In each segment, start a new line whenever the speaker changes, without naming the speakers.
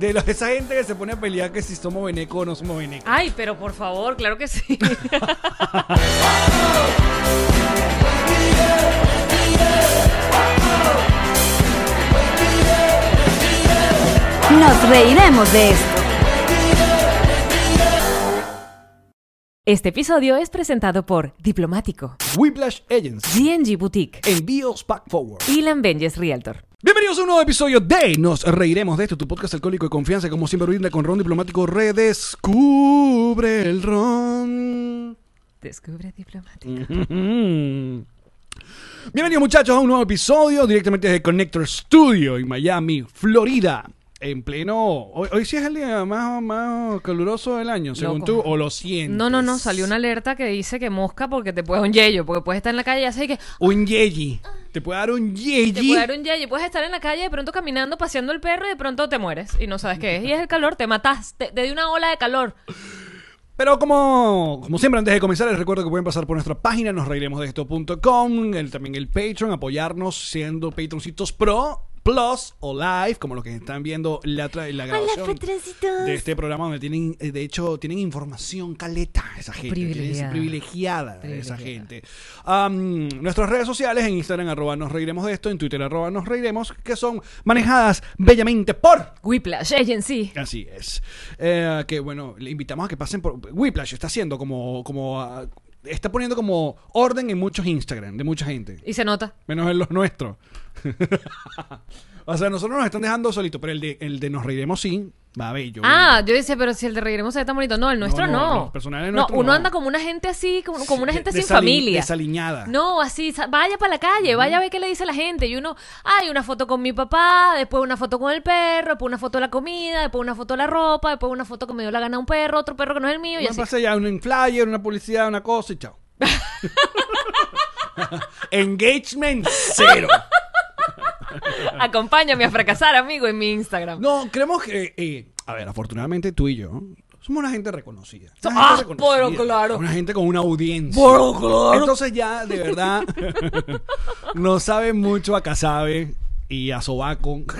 de la- esa gente que se pone a pelear que si somos veneco o no somos veneco.
Ay, pero por favor, claro que sí.
Nos reiremos de esto.
Este episodio es presentado por Diplomático,
Whiplash Agents.
GNG Boutique,
Envíos Pack Forward.
y Lambenges Realtor.
Bienvenidos a un nuevo episodio de Nos Reiremos de esto, tu podcast alcohólico de confianza, como siempre brinda con Ron Diplomático. Redescubre el Ron.
Descubre Diplomático.
Bienvenidos muchachos a un nuevo episodio directamente desde Connector Studio en Miami, Florida. En pleno... Hoy, hoy sí es el día más, más caluroso del año, según tú,
Loco.
o lo sientes.
No, no, no, salió una alerta que dice que mosca porque te puede dar un yello, porque puedes estar en la calle y haces que
Un yeji. Te puede dar un yeji.
te puede dar un yello, puedes estar en la calle de pronto caminando, paseando el perro y de pronto te mueres y no sabes qué es. Y es el calor, te matas, te, te dio una ola de calor.
Pero como, como siempre, antes de comenzar, les recuerdo que pueden pasar por nuestra página, nosreiremosdeesto.com, el, también el Patreon, apoyarnos siendo Patroncitos Pro, Plus o Live, como los que están viendo la, tra- la grabación de este programa, donde tienen, eh, de hecho, tienen información caleta esa gente, tienen-
Privilegiada.
privilegiada, esa
Privilegiada.
gente. Am, nuestras redes sociales, en Instagram, arroba nos reiremos de esto, en Twitter, arroba nos reiremos, que son manejadas bellamente por...
Whiplash Agency.
Así es. Eh, que bueno, le invitamos a que pasen por. Whiplash está haciendo como. como ah, está poniendo como orden en muchos Instagram de mucha gente.
Y se nota.
Menos en los nuestros. o sea, nosotros nos están dejando solitos, pero el de, el de Nos Reiremos sí va bello.
Ah, yo decía, pero si el de Reiremos se ve tan bonito. No, el nuestro
no,
no.
los personales
No,
nuestros
uno
no.
anda como una gente así, como, como una
De-
gente sin
desali-
familia.
Desaliñada.
No, así, sa- vaya para la calle, vaya a ver qué le dice la gente. Y uno, hay una foto con mi papá, después una foto con el perro, después una foto de la comida, después una foto de la ropa, después una foto que me dio la gana un perro, otro perro que no es el mío. Y
Una
así.
pase ya un flyer, una publicidad, una cosa y chao. Engagement cero.
Acompáñame a fracasar, amigo, en mi Instagram.
No, creemos que. eh, a ver, afortunadamente tú y yo somos una gente reconocida. Una
Ah,
gente reconocida.
pero claro.
Una gente con una audiencia. Entonces ya, de verdad, no sabe mucho a Casabe y a Sobaco.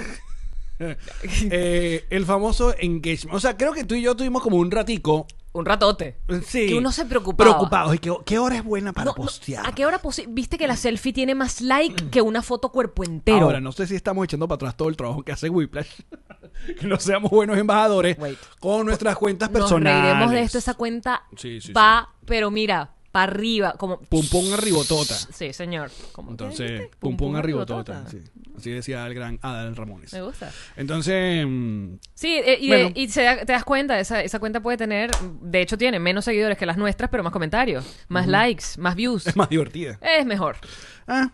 Eh, el famoso engagement. O sea, creo que tú y yo tuvimos como un ratico.
Un ratote.
Sí,
Que uno se preocupaba.
Preocupados. ¿Y qué, qué hora es buena para
No, no,
postear?
¿A qué hora posi- viste que la selfie tiene más like que una foto cuerpo entero?
Ahora, no sé si estamos echando para atrás todo el trabajo que hace Whiplash. que no seamos buenos embajadores
Wait.
con nuestras cuentas
Nos
personales.
reiremos de esto, esa cuenta
Sí, sí, sí.
va, pero mira, para arriba, como...
Pum pum arribotota.
Sí, señor. Como
Entonces, pum pum arribotota. sí. Así decía el gran Adal Ramones.
Me gusta.
Entonces, mm,
Sí, eh, y,
Bueno.
de- y se da- te das cuenta, esa, esa cuenta puede tener, de hecho tiene menos seguidores que las nuestras, pero más comentarios, más likes, más views.
es más divertida.
es mejor.
Ah,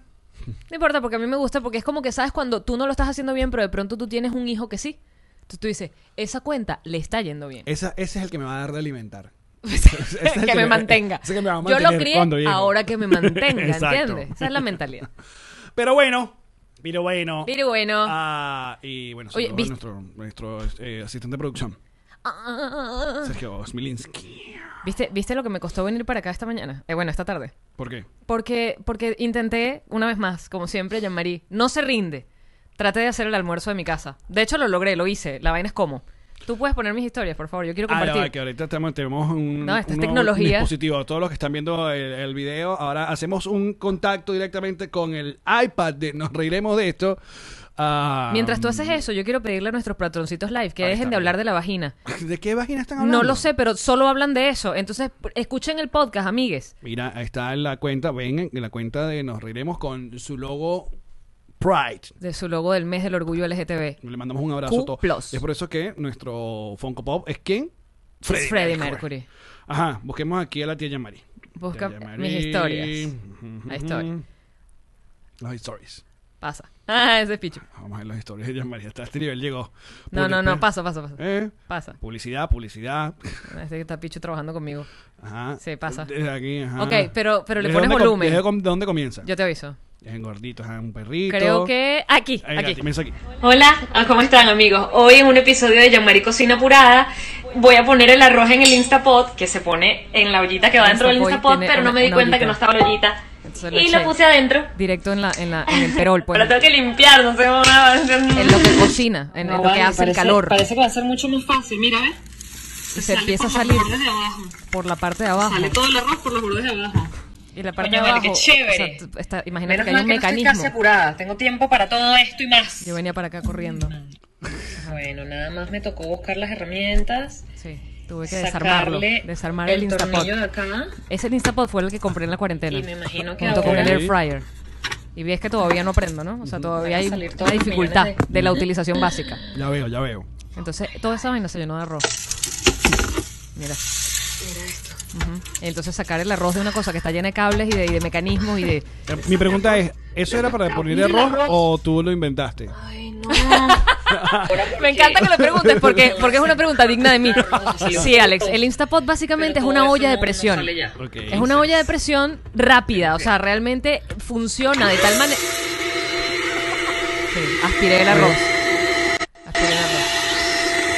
No importa, porque a mí me gusta, porque es como que sabes cuando tú no lo estás haciendo bien, pero de pronto tú tienes un hijo que sí. Entonces tú dices, esa cuenta le está yendo bien.
esa, ese es el que me va a dar de alimentar. ese es el
que
que
me
me-
mantenga.
ese que me va a
Yo lo
mantener cuando
crié
llego.
ahora que me mantenga,
Exacto.
¿entiendes? Esa es la mentalidad.
Pero bueno, pero bueno.
Pero bueno.
Ah, y bueno,
Oye,
saludos a
¿viste?
nuestro, nuestro eh, asistente de producción,
Ah.
Sergio Smilinski.
¿Viste, ¿Viste lo que me costó venir para acá esta mañana? Eh, bueno, esta tarde.
¿Por qué?
Porque, porque intenté, una vez más, como siempre, Jean-Marie, no se rinde. Traté de hacer el almuerzo de mi casa. De hecho, lo logré, lo hice. La vaina es como. Tú puedes poner mis historias, por favor. Yo quiero
Ah, ya
compartir.
va, que ahorita estamos- tenemos un,
No, esta es
un nuevo
tecnología.
dispositivo. Todos los que están viendo el, el video, ahora hacemos un contacto directamente con el iPad. de- nos reiremos de esto. Ah,
Mientras tú haces eso, yo quiero pedirle a nuestros patroncitos live que
Ahí
dejen
está.
de hablar de la vagina.
¿De qué vagina están hablando?
No lo sé, pero solo hablan de eso. Entonces, p- escuchen el podcast, amigues.
Mira, ahí está en la cuenta. Ven, en la cuenta de Nos Reiremos con su logo Pride.
De su logo del mes del orgullo LGTB.
Le mandamos un abrazo a todos.
Plus.
Es por eso que nuestro Funko Pop es quién?
Es Freddie Mercury.
Ajá, busquemos aquí a la tía Yamari.
Busca
Tía Yamari.
mis historias.
Ujú,
Ahí estoy.
Los stories.
Pasa. Ah, ese es Pichu.
Vamos a ver los stories. Dios María, hasta este nivel llegó.
No, no, no,
pasa.
pasa, pasa, pasa.
¿Eh?
Pasa.
Publicidad, publicidad.
Este que está Pichu trabajando conmigo.
Ajá.
Sí, pasa.
Desde aquí, ajá.
Ok, pero- pero le
¿Desde
pones
dónde com-
volumen.
desde com- ¿De dónde comienza?
Yo te aviso.
Es en gordito, ajá, un perrito.
Creo que. Aquí,
Ahí,
aquí.
comienza aquí.
Hola, ah, ¿cómo están amigos? Hoy en un episodio de Yamari Cocina Apurada voy a poner el arroz en el Instapot, que se pone en la ollita que va dentro del
Instapot
Instapot,
tiene
pero no
una-
me di
una
cuenta que
ollita.
no estaba la ollita.
Entonces lo
Y
eché.
lo puse adentro.
Directo en, la, en, la, en el perol, pues.
Ahora tengo que limpiar, no sé cómo me va a hacer.
en lo que cocina, en
No,
lo
vale,
que hace
parece-
el calor.
parece
que va a ser mucho más fácil, mira, ¿ves? Y se empieza a salir por la parte de abajo.
todo el arroz por los bordes de abajo.
Y la parte
Coño,
de
vale,
abajo.
qué chévere.
o sea, tú- está- imagínate
Menos
que hay
mal
un
que no estoy
mecanismo.
casi apurada, tengo tiempo para todo esto y más.
Yo venía para acá corriendo.
Bueno, nada más me tocó buscar las herramientas,
Sí, tuve que desarmarlo.
sacarle
Desarmar el,
el
Instapot.
tornillo de acá.
Ese Instapot fue el que compré en la cuarentena.
Y me imagino que
junto con
ahora-
el air fryer. Y ves que todavía no aprendo, ¿no? O sea, todavía hay
Van a salir
una
todos los
dificultad de...
millones de-
la utilización básica.
Ya veo, ya veo.
Entonces, toda esa vaina se llenó de arroz. Mira. Ujú. Entonces, sacar el arroz de una cosa que está llena de cables y de, y de mecanismos y de.
Eh, Mi pregunta es, ¿eso era para poner arroz o tú lo inventaste?
Me encanta que lo preguntes porque, porque es una pregunta digna de mí. Sí, Alex. El Instapot básicamente es una olla de presión.
Ok.
Es una olla de presión rápida, o sea, realmente funciona de tal manera. Sí, aspiré el arroz. Aspiré el arroz.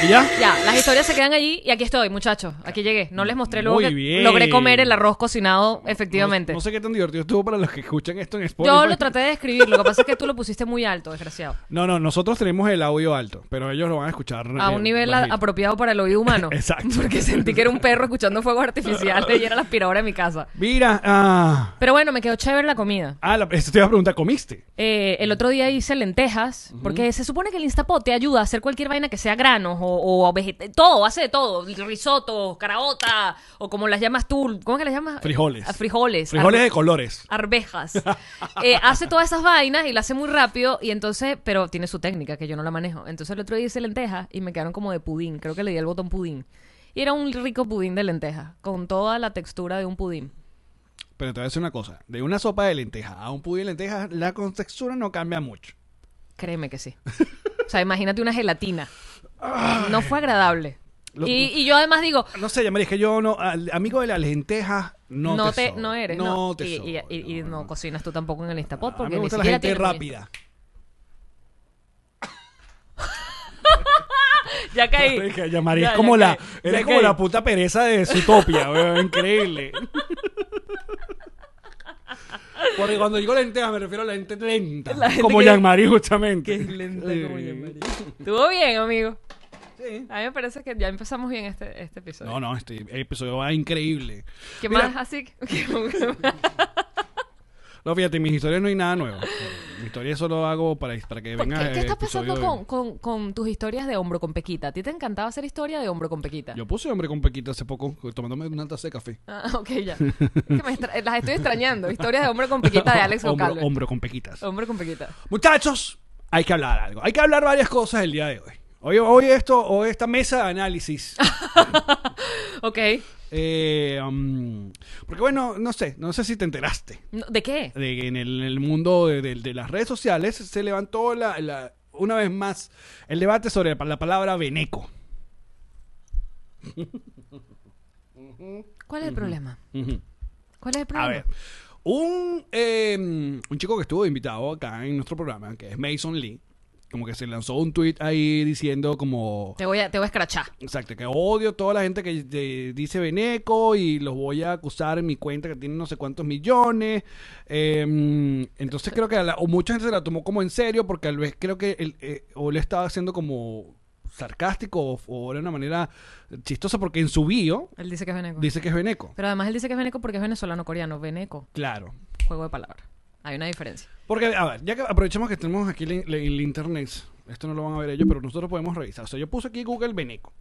¿Y ya?
Ya, las historias se quedan allí y aquí estoy, muchachos. Aquí llegué. No les mostré luego
Muy
que
bien.
logré comer el arroz cocinado, efectivamente.
No, no sé qué tan divertido estuvo para los que escuchan esto en Spotify.
Yo lo traté de describir, lo que pasa es que tú lo pusiste muy alto, desgraciado.
No, no, nosotros tenemos el audio alto, pero ellos lo van a escuchar.
A
eh,
un nivel a-
bajito.
apropiado para el oído humano.
Exacto.
Porque sentí que era un perro escuchando fuegos artificiales y era la aspiradora de mi casa.
Mira, ah,
Pero bueno, me quedó chévere la comida.
ah la- esto te iba a preguntar, ¿comiste?
Eh, el otro día hice lentejas, porque se supone que el Instapot te ayuda a hacer cualquier vaina que sea granos o, o veget- todo, hace de todo, risotto, caraota, o como las llamas tú, ¿cómo que las llamas?
Frijoles.
Ah, frijoles.
Frijoles
Ar-
de colores.
Arvejas. Eh, hace todas esas vainas y las hace muy rápido y entonces, pero tiene su técnica que yo no la manejo. Entonces el otro día hice lentejas y me quedaron como de pudín, creo que le di al botón pudín. Y era un rico pudín de lentejas, con toda la textura de un pudín.
Pero te voy a decir una cosa, de una sopa de lenteja a un pudín de lentejas, la contextura no cambia mucho.
Créeme que sí. O sea, imagínate una gelatina. No fue agradable.
Lo-
y, y yo además digo,
No sé, Yamari, es que yo no, al- amigo de las lentejas, no,
no, te,
soy.
no eres.
No,
No,
te
y,
soy,
y- y- y no cocinas tú tampoco en el Instapot
A mí
porque
Ah, me
ni
gusta
siquiera
la gente
tienes un
rápida.
Insta- Ya caí.
Marica, Yamari,
Ya,
es
ya
como la,
caí.
eres
Ya
como
caí.
la puta pereza de Zootopia, weón, increíble. Porque cuando digo lenteja me refiero a la gente lenta,
La gente
como
que-
Yamari justamente. Sí.
Estuvo bien, amigo.
Sí.
A mí me parece que ya empezamos bien este, este episodio.
No, no, este episodio va increíble.
¿Qué
Mira,
más así?
No, fíjate, en mis historias no hay nada nuevo. Mi historia solo hago para, para que
¿Por
venga
¿Qué, qué
el
está
episodio
pasando
de-
con, con- con tus historias de hombro con pequita? ¿A ti te encantaba hacer historia de hombro con pequita?
Yo puse hombre con Pequita hace poco, tomándome una taza de café.
Ah, ok, ya. Es que me extra- las estoy extrañando. Historias de hombro con pequita de Alex
Hombro-
Goncalves.
hombro con Pequitas.
Hombro con pequita.
Muchachos, hay que hablar algo. Hay que hablar varias cosas el día de hoy. Hoy, hoy esto, hoy esta mesa de análisis.
Ok.
Eh, um, porque bueno, no sé, no sé si te enteraste.
No, ¿De qué?
De que en el, en el mundo de, de- de las redes sociales se levantó la, la- una vez más el debate sobre la, la palabra veneco.
¿Cuál es el problema?
Ujú.
¿Cuál es el
A
problema?
ver, un, eh, un chico que estuvo invitado acá en nuestro programa, que es Mason Lee, como que se lanzó un tweet ahí diciendo como...
Te voy a, te voy a escrachar.
Exacto, que odio toda la gente que eh, dice Beneco y los voy a acusar en mi cuenta que tiene no sé cuántos millones. Eh, entonces creo que a la- o mucha gente se la tomó como en serio porque tal vez creo que él, eh, o le estaba haciendo como sarcástico o, o de una manera chistosa porque en su bio
Él dice que es veneco.
dice que es Beneco.
Pero además él dice que es veneco porque es venezolano coreano. Veneco.
Claro.
Juego de palabras. Hay una diferencia.
Porque, a ver, ya que aprovechemos que tenemos aquí el, el internet, esto no lo van a ver ellos, pero nosotros podemos revisar. O sea, yo puse aquí Google Beneco.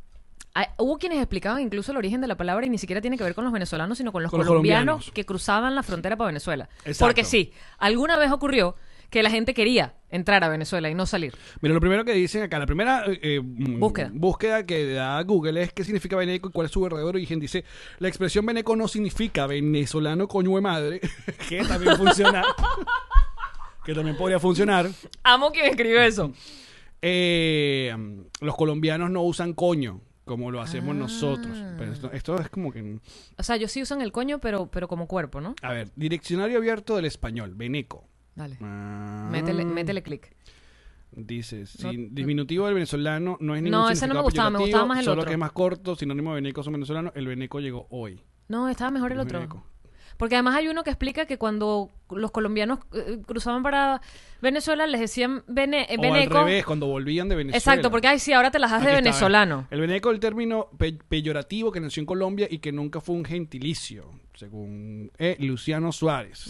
Hay- hubo quienes explicaban incluso el origen de la palabra y ni siquiera tiene que ver con los venezolanos, sino con los
Con los
colombianos
colombianos.
que cruzaban la frontera para Venezuela.
Exacto.
Porque sí, alguna vez ocurrió que la gente quería entrar a Venezuela y no salir.
Mira, lo primero que dicen acá, la primera eh, eh, mm,
Búsqueda.
búsqueda que da Google es qué significa veneco y cuál es su verdadero origen. Dice, la expresión veneco no significa venezolano coño de madre, que también funciona. que también podría funcionar.
Amo quien escribe eso.
Eh, los colombianos no usan coño como lo hacemos
Ah.
nosotros. Pero esto, esto es como que...
O sea, ellos sí usan el coño, pero, pero como cuerpo, ¿no?
A ver, diccionario abierto del español, Beneco.
Dale.
Ah,
Métele, métele clic.
Dice, sin- diminutivo del venezolano no es ningún
No, ese no me
significado
gustaba, me
peyorativo,
gustaba más el
solo
otro.
que es más corto, sinónimo de veneco son venezolanos, el veneco llegó hoy.
No, estaba mejor el
Los
otro.
venecos.
Porque además hay uno que explica que cuando los colombianos eh, cruzaban para Venezuela les decían vene, eh,
O
veneco.
al revés, cuando volvían de Venezuela.
Exacto, porque ay, sí, ahora te las das
Aquí
de
está, eh.
venezolano.
¿ves? El veneco es el término pe- peyorativo que nació en Colombia y que nunca fue un gentilicio, según eh, Luciano Suárez.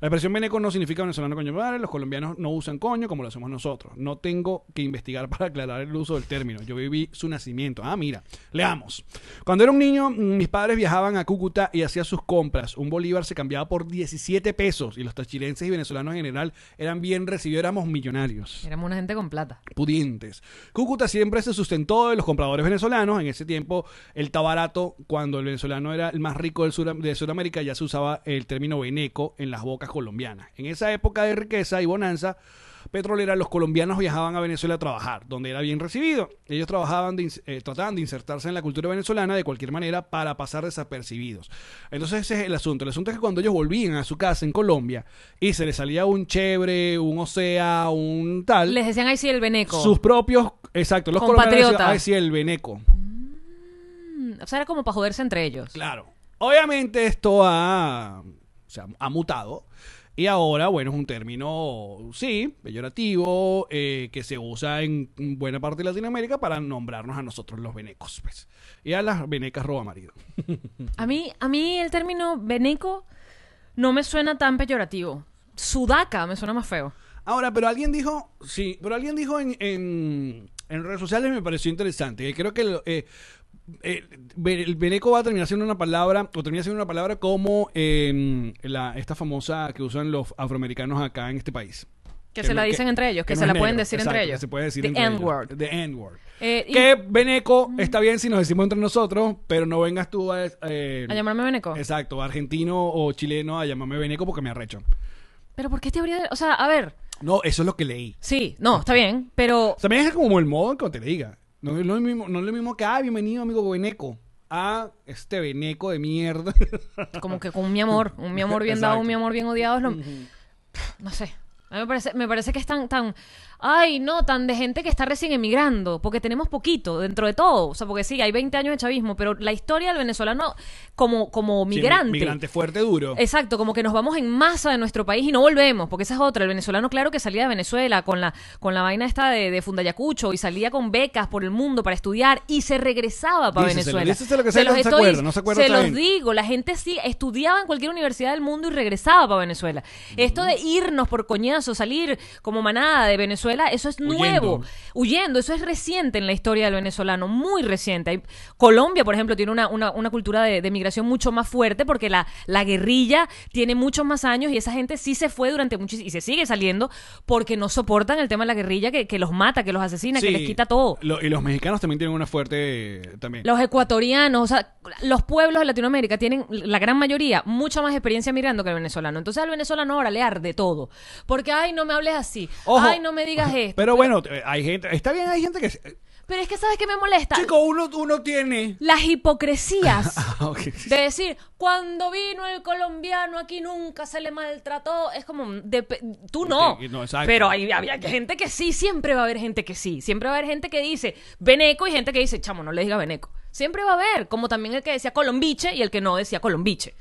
La expresión veneco no significa venezolano coño madre, los colombianos no usan coño como lo hacemos nosotros. No tengo que investigar para aclarar el uso del término. Yo viví su nacimiento. Ah, mira, leamos. Cuando era un niño, mm, mis padres viajaban a Cúcuta y hacían sus compras. Un bolívar se cambiaba por 17 pesos y los tachirenses y venezolanos en general eran bien recibidos, éramos millonarios
Éramos una gente con plata.
pudientes. Cúcuta siempre se sustentó de los compradores venezolanos. En ese tiempo, el tabarato, cuando el venezolano era el más rico del sur, de Sudamérica, ya se usaba el término veneco en las bocas colombianas. En esa época de riqueza y bonanza petrolera, los colombianos viajaban a Venezuela a trabajar, donde era bien recibido. Ellos trabajaban de ins- eh, trataban de insertarse en la cultura venezolana de cualquier manera para pasar desapercibidos. Entonces ese es el asunto. El asunto es que cuando ellos volvían a su casa en Colombia y se les salía un chévere, un osea, un tal...
Les decían ahí sí el veneco.
Sus propios, exacto, los colombianos.
Compatriotas.
sí, el veneco.
Mm, O sea, era como para joderse entre ellos.
Claro. Obviamente esto ha, o sea, ha mutado. Y ahora, bueno, es un término, sí, peyorativo, eh, que se usa en buena parte de Latinoamérica para nombrarnos a nosotros los venecos, pues. Y a las venecas roba marido.
A mí, a mí el término veneco no me suena tan peyorativo. Sudaca me suena más feo.
Ahora, pero alguien dijo, sí, pero alguien dijo en, en, en redes sociales me pareció interesante, que creo que lo- eh, eh, ve- el veneco va a terminar siendo una palabra, o termina siendo una palabra como eh, la, esta famosa que usan los afroamericanos acá en este país.
Que, se la
no-
dicen entre ellos, que,
no
se
es
la
negro,
pueden decir
exacto,
entre
que
ellos.
se puede decir
The
entre ellos.
N-word.
The N-word.
Eh, y-
Que veneco está bien si nos decimos entre nosotros, pero no vengas tú a... eh,
A llamarme veneco.
Exacto, argentino o chileno a llamarme veneco porque me arrecho.
Pero ¿por qué te habría de- O sea, a ver.
No, eso es lo que leí.
Sí, no, está bien, pero...
También es como el modo en que te diga. No es lo mismo, no es lo mismo que, ah, bienvenido, amigo veneco. Ah, este veneco de mierda.
como que con un mi amor, un mi amor bien dado, un mi
Exacto.
amor bien odiado, es lo- no sé. A mí me parece, me parece que es tan, tan, ay, no, tan de gente que está recién emigrando, porque tenemos poquito dentro de todo. O sea, porque sí, hay 20 años de chavismo, pero la historia del venezolano como, como
Sí, mi-
migrante.
migrante fuerte, duro.
Exacto, como que nos vamos en masa de nuestro país y no volvemos, porque esa es otra. El venezolano, claro que salía de Venezuela con la, con la vaina esta de, de Fundayacucho y salía con becas por el mundo para estudiar y se regresaba para
Díceselo,
Venezuela.
díceselo que se- no se
estoy-
acuerda, no se acuerda
se
otra
los
vez.
digo, la gente sí estudiaba en cualquier universidad del mundo y regresaba para Venezuela. Esto de irnos por coñazo, salir como manada de Venezuela, eso es nuevo.
Huyendo.
Huyendo, eso es reciente en la historia del venezolano, muy reciente. Hay- Colombia, por ejemplo, tiene una, una, una cultura de, de migración mucho más fuerte porque la, la guerrilla tiene muchos más años y esa gente sí se fue durante muchos y se sigue saliendo porque no soportan el tema de la guerrilla que, que los mata, que los asesina,
Sí.
que les quita todo.
Lo- y los mexicanos también tienen una fuerte. eh, También.
Los ecuatorianos, o sea, los pueblos de Latinoamérica tienen, la gran mayoría, mucha más experiencia migrando que el venezolano. Entonces al venezolano ahora le arde todo. Porque, ay, no me hables así.
Ojo.
ay, no me digas esto.
Pero bueno, eh, hay gente. Está bien, hay gente que. eh,
Pero es que, ¿sabes qué me molesta?
Chico, uno, uno tiene.
Las hipocresías.
Ah, ok.
De decir, cuando vino el colombiano aquí nunca se le maltrató. Es como, de- tú no.
Ok, no, exacto.
pero hay, había gente que sí, siempre va a haber gente que sí. Siempre va a haber gente que dice veneco y gente que dice, chamo, no le diga veneco. Siempre va a haber, como también el que decía colombiche y el que no decía colombiche.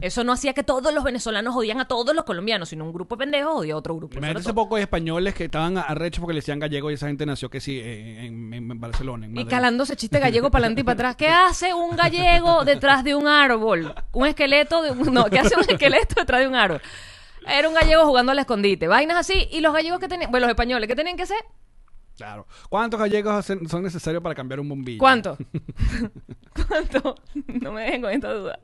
Eso no hacía que todos los venezolanos odian a todos los colombianos, sino un grupo de pendejos odia a otro grupo. Eso
Imagínate
era
hace
todo.
poco de españoles que estaban arrechos porque le decían gallego y esa gente nació que sí eh, en, en- en Barcelona. en
Y
Madrid.
calándose chiste gallego para adelante y para atrás. ¿Qué hace un gallego detrás de un árbol? Un esqueleto de un- No, ¿qué hace un esqueleto detrás de un árbol? Era un gallego jugando al escondite. Vainas así. Y los gallegos que tenían... Bueno, los españoles, ¿qué tenían que hacer?
Claro. ¿Cuántos gallegos hacen- son necesarios para cambiar un bombillo?
¿Cuánto? ¿Cuánto? No me dejen con esta duda.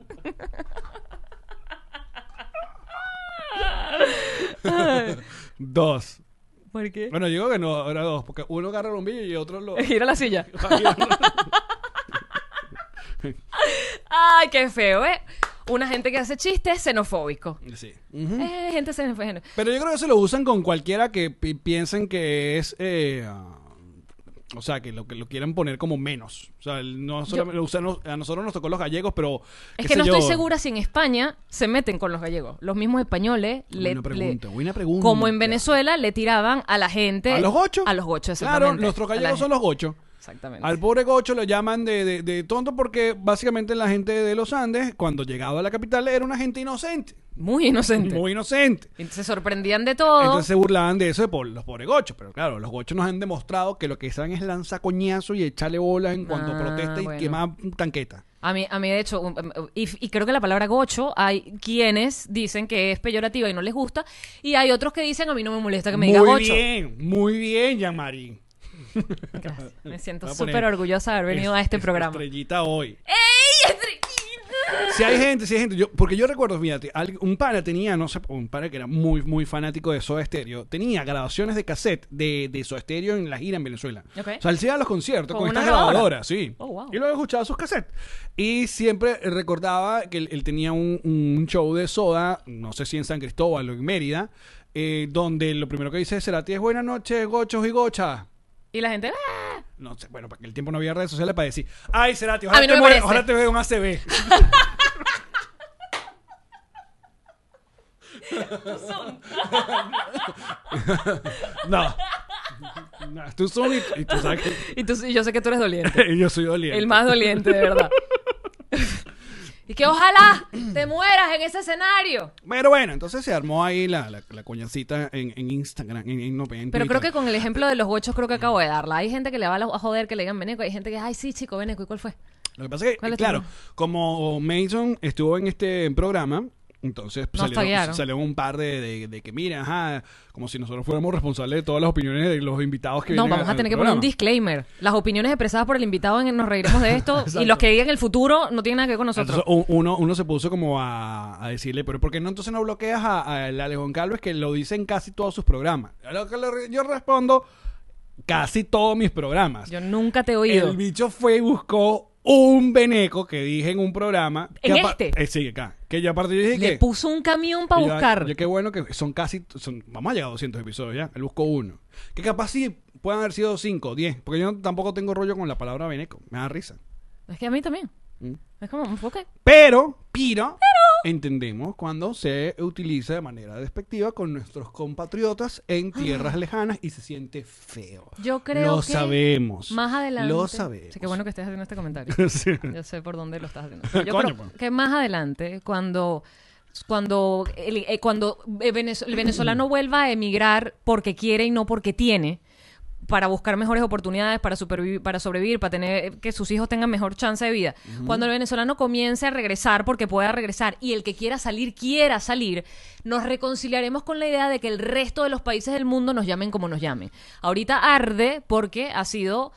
Dos.
¿Por qué?
Bueno, yo digo que no, era dos, porque uno agarra el bombillo y otro lo.
Gira la silla. Ay, qué feo, ¿eh? una gente que hace chistes xenofóbicos.
Sí. Ujú.
Eh, gente xenofóbica.
Pero yo creo que se lo usan con cualquiera que pi- piensen que es. eh, ah, o sea, que lo, que lo quieran poner como menos. O sea, el- no solamente lo usan los- a nosotros nos tocó los gallegos, pero.
Es
qué
que
sé
no
yo.
estoy segura si en España se meten con los gallegos. Los mismos españoles le,
Buena pregunta,
le-
buena pregunta.
como en Venezuela le tiraban a la gente
¿A los gochos?
A los gochos,
Claro,
exactamente.
nuestros
A la
gallegos son
gente.
los gochos.
Exactamente.
Al pobre gocho lo llaman de, de- de tonto porque básicamente la gente de los Andes, cuando llegaba a la capital, era una gente inocente.
Muy inocente.
Muy inocente.
Y Se sorprendían de todo.
Entonces se burlaban de eso de por los pobres gochos. Pero claro, los gochos nos han demostrado que lo que saben es lanzar coñazo y echarle bola en cuanto
Ah,
protesta y
bueno.
quemar tanqueta.
A mí, a mí, de hecho, un- um, y, y creo que la palabra gocho, hay quienes dicen que es peyorativa y no les gusta, y hay otros que dicen, a mí no me molesta que me diga
muy
gocho.
bien, muy bien, Jean-Marie.
Gracias. Me siento
Voy a poner
súper orgullosa de haber venido
es-
a este
es-
programa.
Estrellita hoy. Si hay gente, si hay gente. Yo, porque yo recuerdo, fíjate, al- un pana tenía, no sé, un pana que era muy, muy fanático de Soda Stereo, tenía grabaciones de cassette de, de Soda Stereo en la gira en Venezuela.
Ok.
O sea, él se iba a los conciertos con,
Con una
estas
grabadora.
grabadoras, sí.
Oh, wow.
Y luego escuchaba sus cassettes. Y siempre recordaba que él, él tenía un, un show de Soda, no sé si en San Cristóbal o en Mérida, eh, donde lo primero que dice Serati es buenas noches, gochos y gochas.
Y la gente, "Ah".
No sé, bueno, para que el tiempo no había redes sociales para decir, ay, Cerati,
A
ojalá,
mí no
te,
me
muera-
parece.
ojalá te vea un ACB. no. no. Tú son y, y tú sabes que
y, tú- y yo sé que tú eres doliente.
yo soy doliente.
el más doliente, de verdad. y que ojalá te mueras en ese escenario.
Pero bueno, entonces se armó ahí la, la, la coñacita en, en Instagram, en, en- no, en
Pero creo
Twitter.
que con el ejemplo de los gochos creo que acabo de darla. Hay gente que le va a la- a joder que le digan veneco, hay gente que, ay, sí, chico, veneco, ¿y cuál fue?
Lo que pasa es que,
¿Cuál es tu
claro,
nombre?
como Mason estuvo en este programa, entonces
Nos
salieron,
taguearon.
salieron un par de, de- de que, mira, ajá, como si nosotros fuéramos responsables de todas las opiniones de los invitados que
No,
vienen
vamos
a-
a tener
al
que poner un
programa.
disclaimer. Las opiniones expresadas por el invitado en Nos Reiremos de esto
Exacto.
y los que digan el futuro no tienen nada que ver con nosotros.
Entonces, u- uno, uno se puso como a, a decirle, pero ¿por qué no entonces no bloqueas a, a el Alejón Calves que lo dice en casi todos sus programas? A lo que le re- yo respondo, casi todos mis programas.
Yo nunca te he oído.
oh, El bicho fue y buscó un veneco que dije en un programa. que
¿En
apa-
este?
Eh, sí, acá. Que yo aparte yo dije
Le
que...
puso un camión para
Y yo, ay,
buscar.
yo qué bueno que son casi. Son, vamos a llegar a 200 episodios ya. Él buscó uno. Que capaz sí puedan haber sido 5, 10. Porque yo no- tampoco tengo rollo con la palabra veneco. Me da risa.
Es que a mí también.
Mm.
Es como, ok.
Pero, pero, entendemos cuando se utiliza de manera despectiva con nuestros compatriotas en tierras lejanas y se siente feo.
Ah. Yo creo
Lo
que
sabemos.
Más adelante.
Lo sabemos.
Sí, qué bueno que estés haciendo este comentario.
Sí.
Yo sé por dónde lo estás haciendo. Yo
Coño,
creo
pues.
que más adelante, cuando cuando el, eh, cuando eh, venez- el venezolano vuelva a emigrar porque quiere y no porque tiene para buscar mejores oportunidades, para supervivir, para sobrevivir, para tener eh, que sus hijos tengan mejor chance de vida. Cuando el venezolano comience a regresar porque pueda regresar y el que quiera salir quiera salir, nos reconciliaremos con la idea de que el resto de los países del mundo nos llamen como nos llamen. Ahorita arde porque ha sido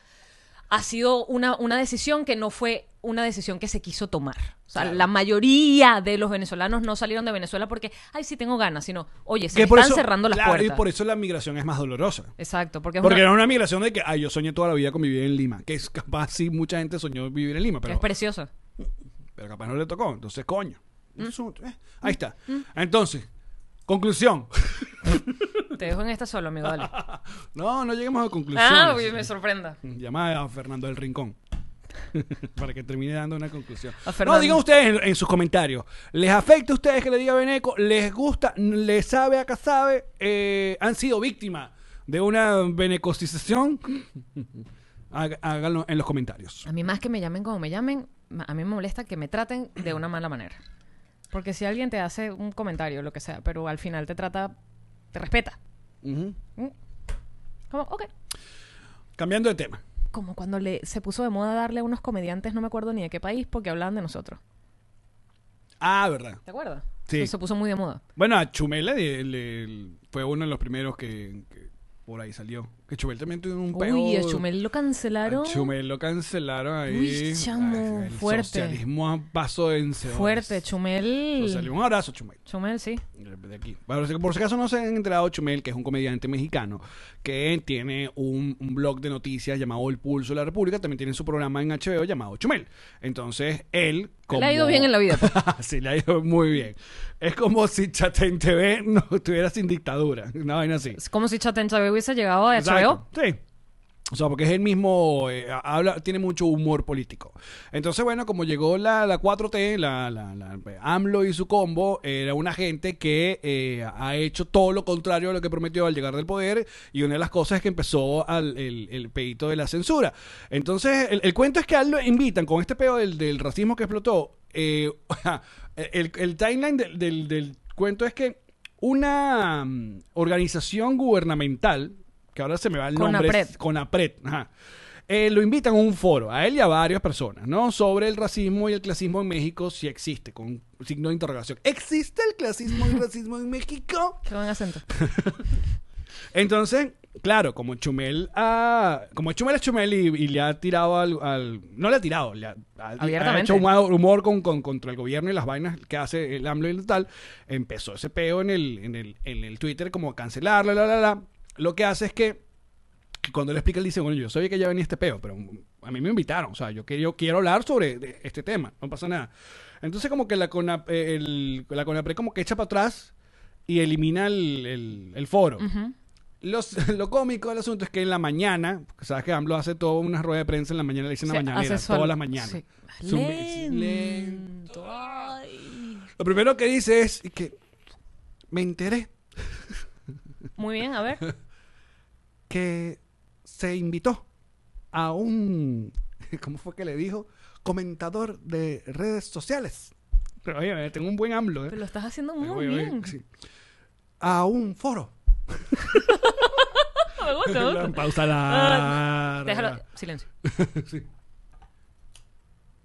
ha sido una, una decisión que no fue una decisión que se quiso tomar. O sea, la mayoría de los venezolanos no salieron de Venezuela porque, ay, sí tengo ganas, sino, oye, se
Que
me
por
están
eso-
cerrando las
claro,
puertas.
Y por eso la migración es más dolorosa.
Exacto, porque es
Porque
una-
era una migración de que, ay, yo soñé toda la vida con vivir en Lima. Que es capaz, sí, mucha gente soñó vivir en Lima. Pero
es preciosa.
pero capaz no le tocó. Entonces, coño.
Mm.
Eso, eh, ahí está. Entonces, conclusión.
Te dejo en esta solo, amigo, dale.
No, no lleguemos a conclusiones.
ah, uy, me sorprenda.
Llama a Fernando del Rincón. Para que termine dando una conclusión.
A
No,
Fernando.
digan ustedes en, en sus comentarios. ¿Les afecta a ustedes que le diga Beneco? ¿Les gusta? ¿Les sabe a casabe? Eh, ¿Han sido víctimas de una benecocización? Há- Háganlo en los comentarios.
A mí más que me llamen como me llamen, ma- a mí me molesta que me traten de una mala manera. Porque si alguien te hace un comentario, lo que sea, pero al final te trata, te respeta.
Ujú.
Como, ok.
Cambiando de tema.
Como cuando le, se puso de moda darle a unos comediantes, no me acuerdo ni de qué país, porque hablaban de nosotros.
Ah, verdad.
¿Te acuerdas?
Sí.
Eso se puso muy de moda.
Bueno, a Chumel le- le- fue uno de los primeros que, que por ahí salió. Que Chumel también tuvo un peo.
Uy, a Chumel lo cancelaron.
A Chumel lo cancelaron ahí.
Uy, chamo,
el
fuerte.
Socialismo a paso vencedor.
Fuerte, Chumel.
Socialismo. Un abrazo, Chumel.
Chumel, sí.
De aquí. Bueno, si- por si acaso no se han enterado, Chumel, que es un comediante mexicano que tiene un, un blog de noticias llamado El Pulso de la República, también tiene su programa en HBO llamado Chumel. Entonces, él... Como...
Le ha ido bien en la vida. pues.
sí, le ha ido muy bien. Es como si Chatén TV no estuviera sin dictadura. Una vaina así.
Es como si Chaten Chávez hubiese llegado a HBO.
Exacto, Sí. O sea, porque es el mismo, eh, habla, tiene mucho humor político. Entonces, bueno, como llegó la, la 4T, la, la- la- AMLO y su combo, era una gente que eh, ha hecho todo lo contrario a lo que prometió al llegar del poder. Y una de las cosas es que empezó al- el, el pedito de la censura. Entonces, el, el cuento es que a él lo invitan con este peo del, del racismo que explotó. eh, el, el timeline del- del- del cuento es que una mm, organización gubernamental, que ahora se me va el nombre,
Conapred.
es Conapred, ajá, eh, lo invitan a un foro, a él y a varias personas, ¿no? Sobre el racismo y el clasismo en México, si existe, con signo de interrogación. ¿Existe el clasismo y el racismo en México?
Qué buen acento.
Entonces, claro, como Chumel ha- como Chumel es Chumel y, y le ha tirado al, al- no le ha tirado, le ha, ha- ha
Abiertamente.
hecho un humor con, con- contra el gobierno y las vainas que hace el AMLO y tal, empezó ese peo en el, en el, en el Twitter como a cancelarlo, la, la, la. Lo que hace es que que cuando le explica, él dice, bueno, yo sabía que ya venía este peo, pero a mí me invitaron, o sea, yo, que- yo quiero hablar sobre de- este tema, no pasa nada. Entonces como que la, Conap- eh, el- la CONAPRE como que echa para atrás y elimina el, el- el foro. Los- lo cómico del asunto es que en la mañana, porque sabes que AMLO hace toda una rueda de prensa en la mañana, le dicen en la
Sí,
mañanera,
hace sol.
todas las mañanas.
Sí.
Es un- es lento. Lo primero que dice es que me enteré
Muy bien, a ver.
que se invitó a un, ¿cómo fue que le dijo? Comentador de redes sociales. Pero oye, tengo un buen AMLO, ¿eh?
Pero lo estás haciendo muy
Oye, oye,
bien.
sí. A un foro.
Me gusta, me gusta.
Pausa larga.
Ah, Déjalo. Silencio.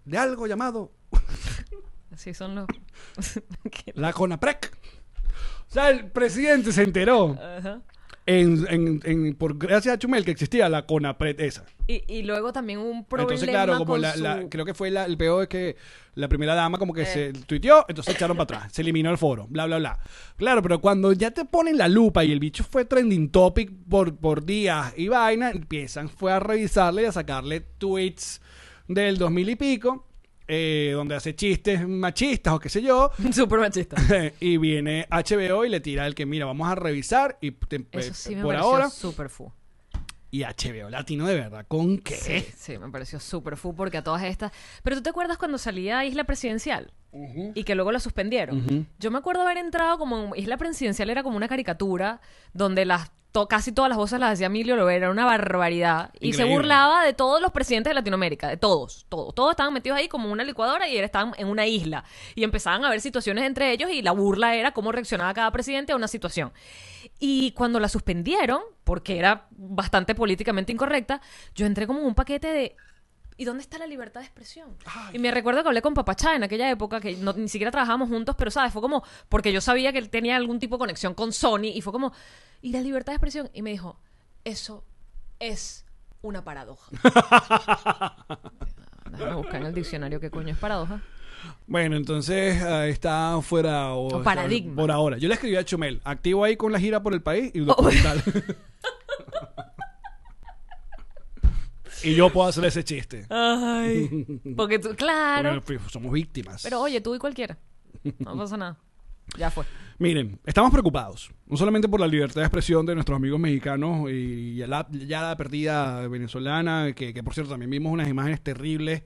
De algo llamado
Así son los. ¿Qué?
la CONAPREC. O sea, el presidente se enteró
Ajá.
en, en- en- por gracias a Chumel que existía la CONAPRED esa.
Y, y luego también hubo un problema.
Entonces, claro, como
con
la, la-
su- Eh.
creo que fue la- el peor es que la primera dama como que se tuiteó, entonces echaron para atrás, se eliminó el foro, bla, bla, bla. Claro, pero cuando ya te ponen la lupa y el bicho fue trending topic por, por días y vaina, empiezan fue a revisarle y a sacarle tweets del 2000 y pico, eh, donde hace chistes machistas o qué sé yo,
Súper machista.
y viene HBO y le tira el que, mira, vamos a revisar y te- eh,
Eso sí
Pues,
me
por
pareció
ahora.
súper fu.
Y HBO Latino de verdad, ¿con qué?
Sí, sí, me pareció súper fu porque a todas estas. Pero tú te acuerdas cuando salía Isla Presidencial y que luego la suspendieron. Yo me acuerdo haber entrado como en Isla Presidencial era como una caricatura donde las to- casi todas las voces las hacía Emilio Lovera, era una barbaridad. Y se
Increíble.
burlaba de todos los presidentes de Latinoamérica, de todos, todos. Todos estaban metidos ahí como una licuadora y era- estaban en una isla. Y empezaban a haber situaciones entre ellos y la burla era cómo reaccionaba cada presidente a una situación. Y cuando la suspendieron, porque era bastante políticamente incorrecta, yo entré como en un paquete de... ¿Y dónde está la libertad de expresión? Y me recuerdo que hablé con Papachá en aquella época, que no- ni siquiera trabajábamos juntos, pero sabes, fue como, porque yo sabía que él tenía algún tipo de conexión con Sony, y fue como, ¿y la libertad de expresión? Y me dijo, eso es una paradoja. Déjame buscar en el diccionario qué coño es paradoja.
Bueno, entonces ah, está fuera o,
O paradigma.
por ahora. Yo le escribí a Chumel, activo ahí con la gira por el país y un documental. y yo puedo hacer ese chiste.
Ay, porque tú, claro.
Porque, pues, somos víctimas.
Pero oye, tú y cualquiera. No pasa nada. Ya fue.
Miren, estamos preocupados, no solamente por la libertad de expresión de nuestros amigos mexicanos y, y la, ya la perdida venezolana, que, que por cierto también vimos unas imágenes terribles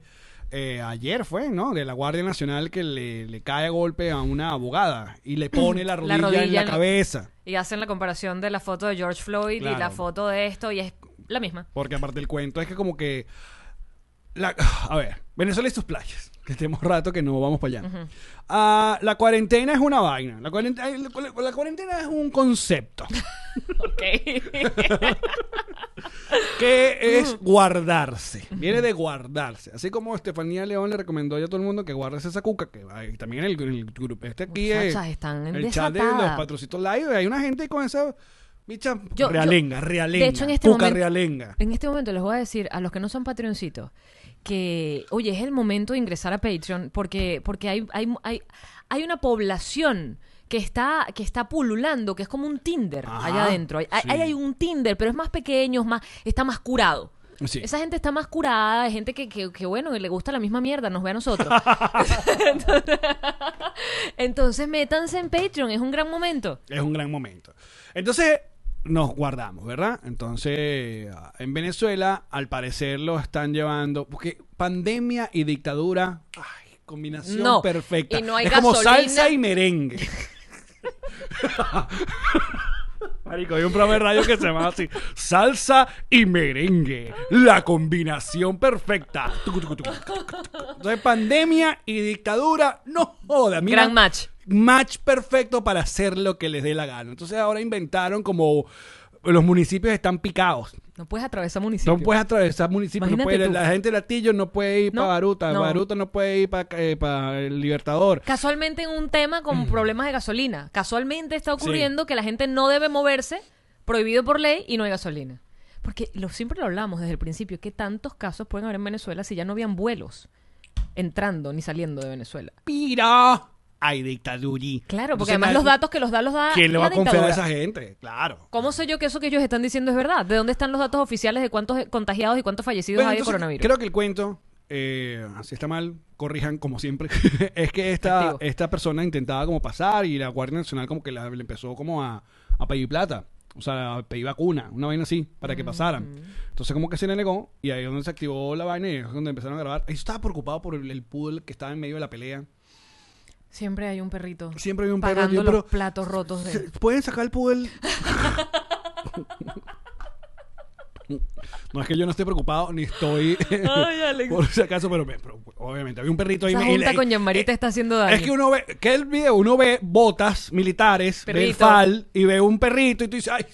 eh, ayer fue, ¿no? De la Guardia Nacional que le, le cae a golpe a una abogada y le pone la rodilla, en
rodilla
la
en la-
cabeza.
Y hacen la comparación de la foto de George Floyd
Claro.
y la foto de esto y es la misma.
Porque aparte el cuento es que como que... la- a ver, Venezuela y sus playas. Que tenemos rato que no vamos para allá. Ah, la cuarentena es una vaina. La cuarentena, la cuarentena es un concepto
Ok.
que es guardarse. Viene de guardarse. Así como Estefanía León le recomendó a todo el mundo que guardes esa cuca. Que hay también en el, en el grupo este aquí. eh,
Muchachas, están
el chat de los
desatadas.
patrocitos live. Hay una gente con esa Micha,
Yo-
realenga, realenga.
de hecho, en este
Cuca
momento-
realenga.
En este momento les voy a decir a los que no son patreoncitos que, oye, es el momento de ingresar a Patreon porque, porque hay, hay, hay, hay una población que está, que está pululando, que es como un Tinder
Ajá,
allá adentro. Hay, hay-
sí.
hay, un Tinder, pero es más pequeño, es más, está más curado.
Sí.
Esa gente está más curada, hay gente que, que, que, bueno, que le gusta la misma mierda, nos ve a nosotros. Entonces, métanse en Patreon, es un gran momento.
Es un gran momento. Entonces, nos guardamos, ¿verdad? Entonces, ah, en Venezuela, al parecer lo están llevando. Porque pandemia y dictadura, ay, combinación
No,
perfecta.
y no hay
es como
gasolina.
salsa y merengue. Marico, hay un programa de radio que se llama así: Salsa y merengue. La combinación perfecta. Tucu, tucu, tucu, tucu, tucu, tucu. Entonces, pandemia y dictadura, no joda. mira,
Gran match.
match perfecto para hacer lo que les dé la gana. Entonces ahora inventaron como los municipios están picados.
No puedes atravesar municipio.
No puedes atravesar municipios. no
Imagínate
puede-
tú.
la gente de Latillo no puede ir
No,
para Baruta.
no.
Baruta no puede ir para, el Libertador.
Casualmente en un tema con problemas de gasolina. Casualmente está ocurriendo que la gente no debe moverse, prohibido por ley, y no hay gasolina. Porque lo, siempre lo hablamos desde el principio, que tantos casos pueden haber en Venezuela si ya no habían vuelos entrando ni saliendo de Venezuela.
¡Pira! ¡Ay, dictaduri!
Claro,
Entonces,
porque además los
nadie-
datos que los da los da
¿Quién le
la
va a confiar a
dictadura.
esa gente? Claro.
¿Cómo sé yo que eso que ellos están diciendo es verdad? ¿De dónde están los datos oficiales de cuántos contagiados y cuántos fallecidos
Bueno,
hay de
entonces,
coronavirus?
Creo que el cuento, eh, si está mal, corrijan como siempre, es que esta,
Efectivo.
esta persona intentaba como pasar y la Guardia Nacional como que la- le empezó como a, a pedir plata. O sea, a pedir vacuna, una vaina así, para
Mm,
que pasaran. Entonces como que se le negó y ahí es donde se activó la vaina y es donde empezaron a grabar. Yo estaba preocupado por el, el poodle que estaba en medio de la pelea.
Siempre hay un perrito
Siempre hay un perro,
pagando
yo, pero-
los platos rotos de...
¿Se- ¿Pueden sacar el poodle? No es que yo no esté preocupado ni estoy
Ay, Alex.
por si acaso, pero, me- pero obviamente había un perrito ahí.
Esa
me- y
junta
le-
con Yanmarita
eh,
está haciendo daño.
Es que uno ve, que el video, uno ve botas militares, ve el
Perrito.
fal y ve un perrito y tú dices, ay,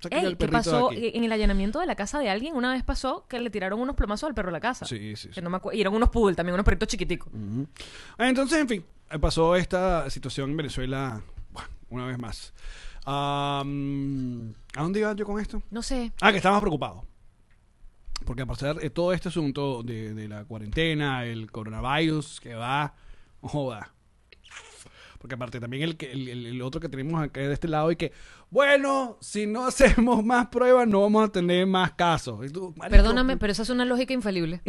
saquen
Ey,
al
¿qué
perrito de
pasó?
aquí.
En el allanamiento de la casa de alguien, una vez pasó que le tiraron unos plomazos al perro de la casa.
Sí, sí, Mm. sí.
Que no me acuerdo. Y eran unos poodle también, unos perritos chiquiticos.
Ah, Entonces, en fin, pasó esta situación en Venezuela bueno, una vez más. Am, ¿A dónde iba yo con esto?
No sé.
Ah, que estábamos preocupados. Porque a pesar de todo este asunto de, de la cuarentena, el coronavirus que va, joda. Porque aparte también el, que- el, el- el otro que tenemos acá de este lado y que, bueno, si no hacemos más pruebas no vamos a tener más casos. Y tú, marico,
Perdóname, pero esa es una lógica infalible.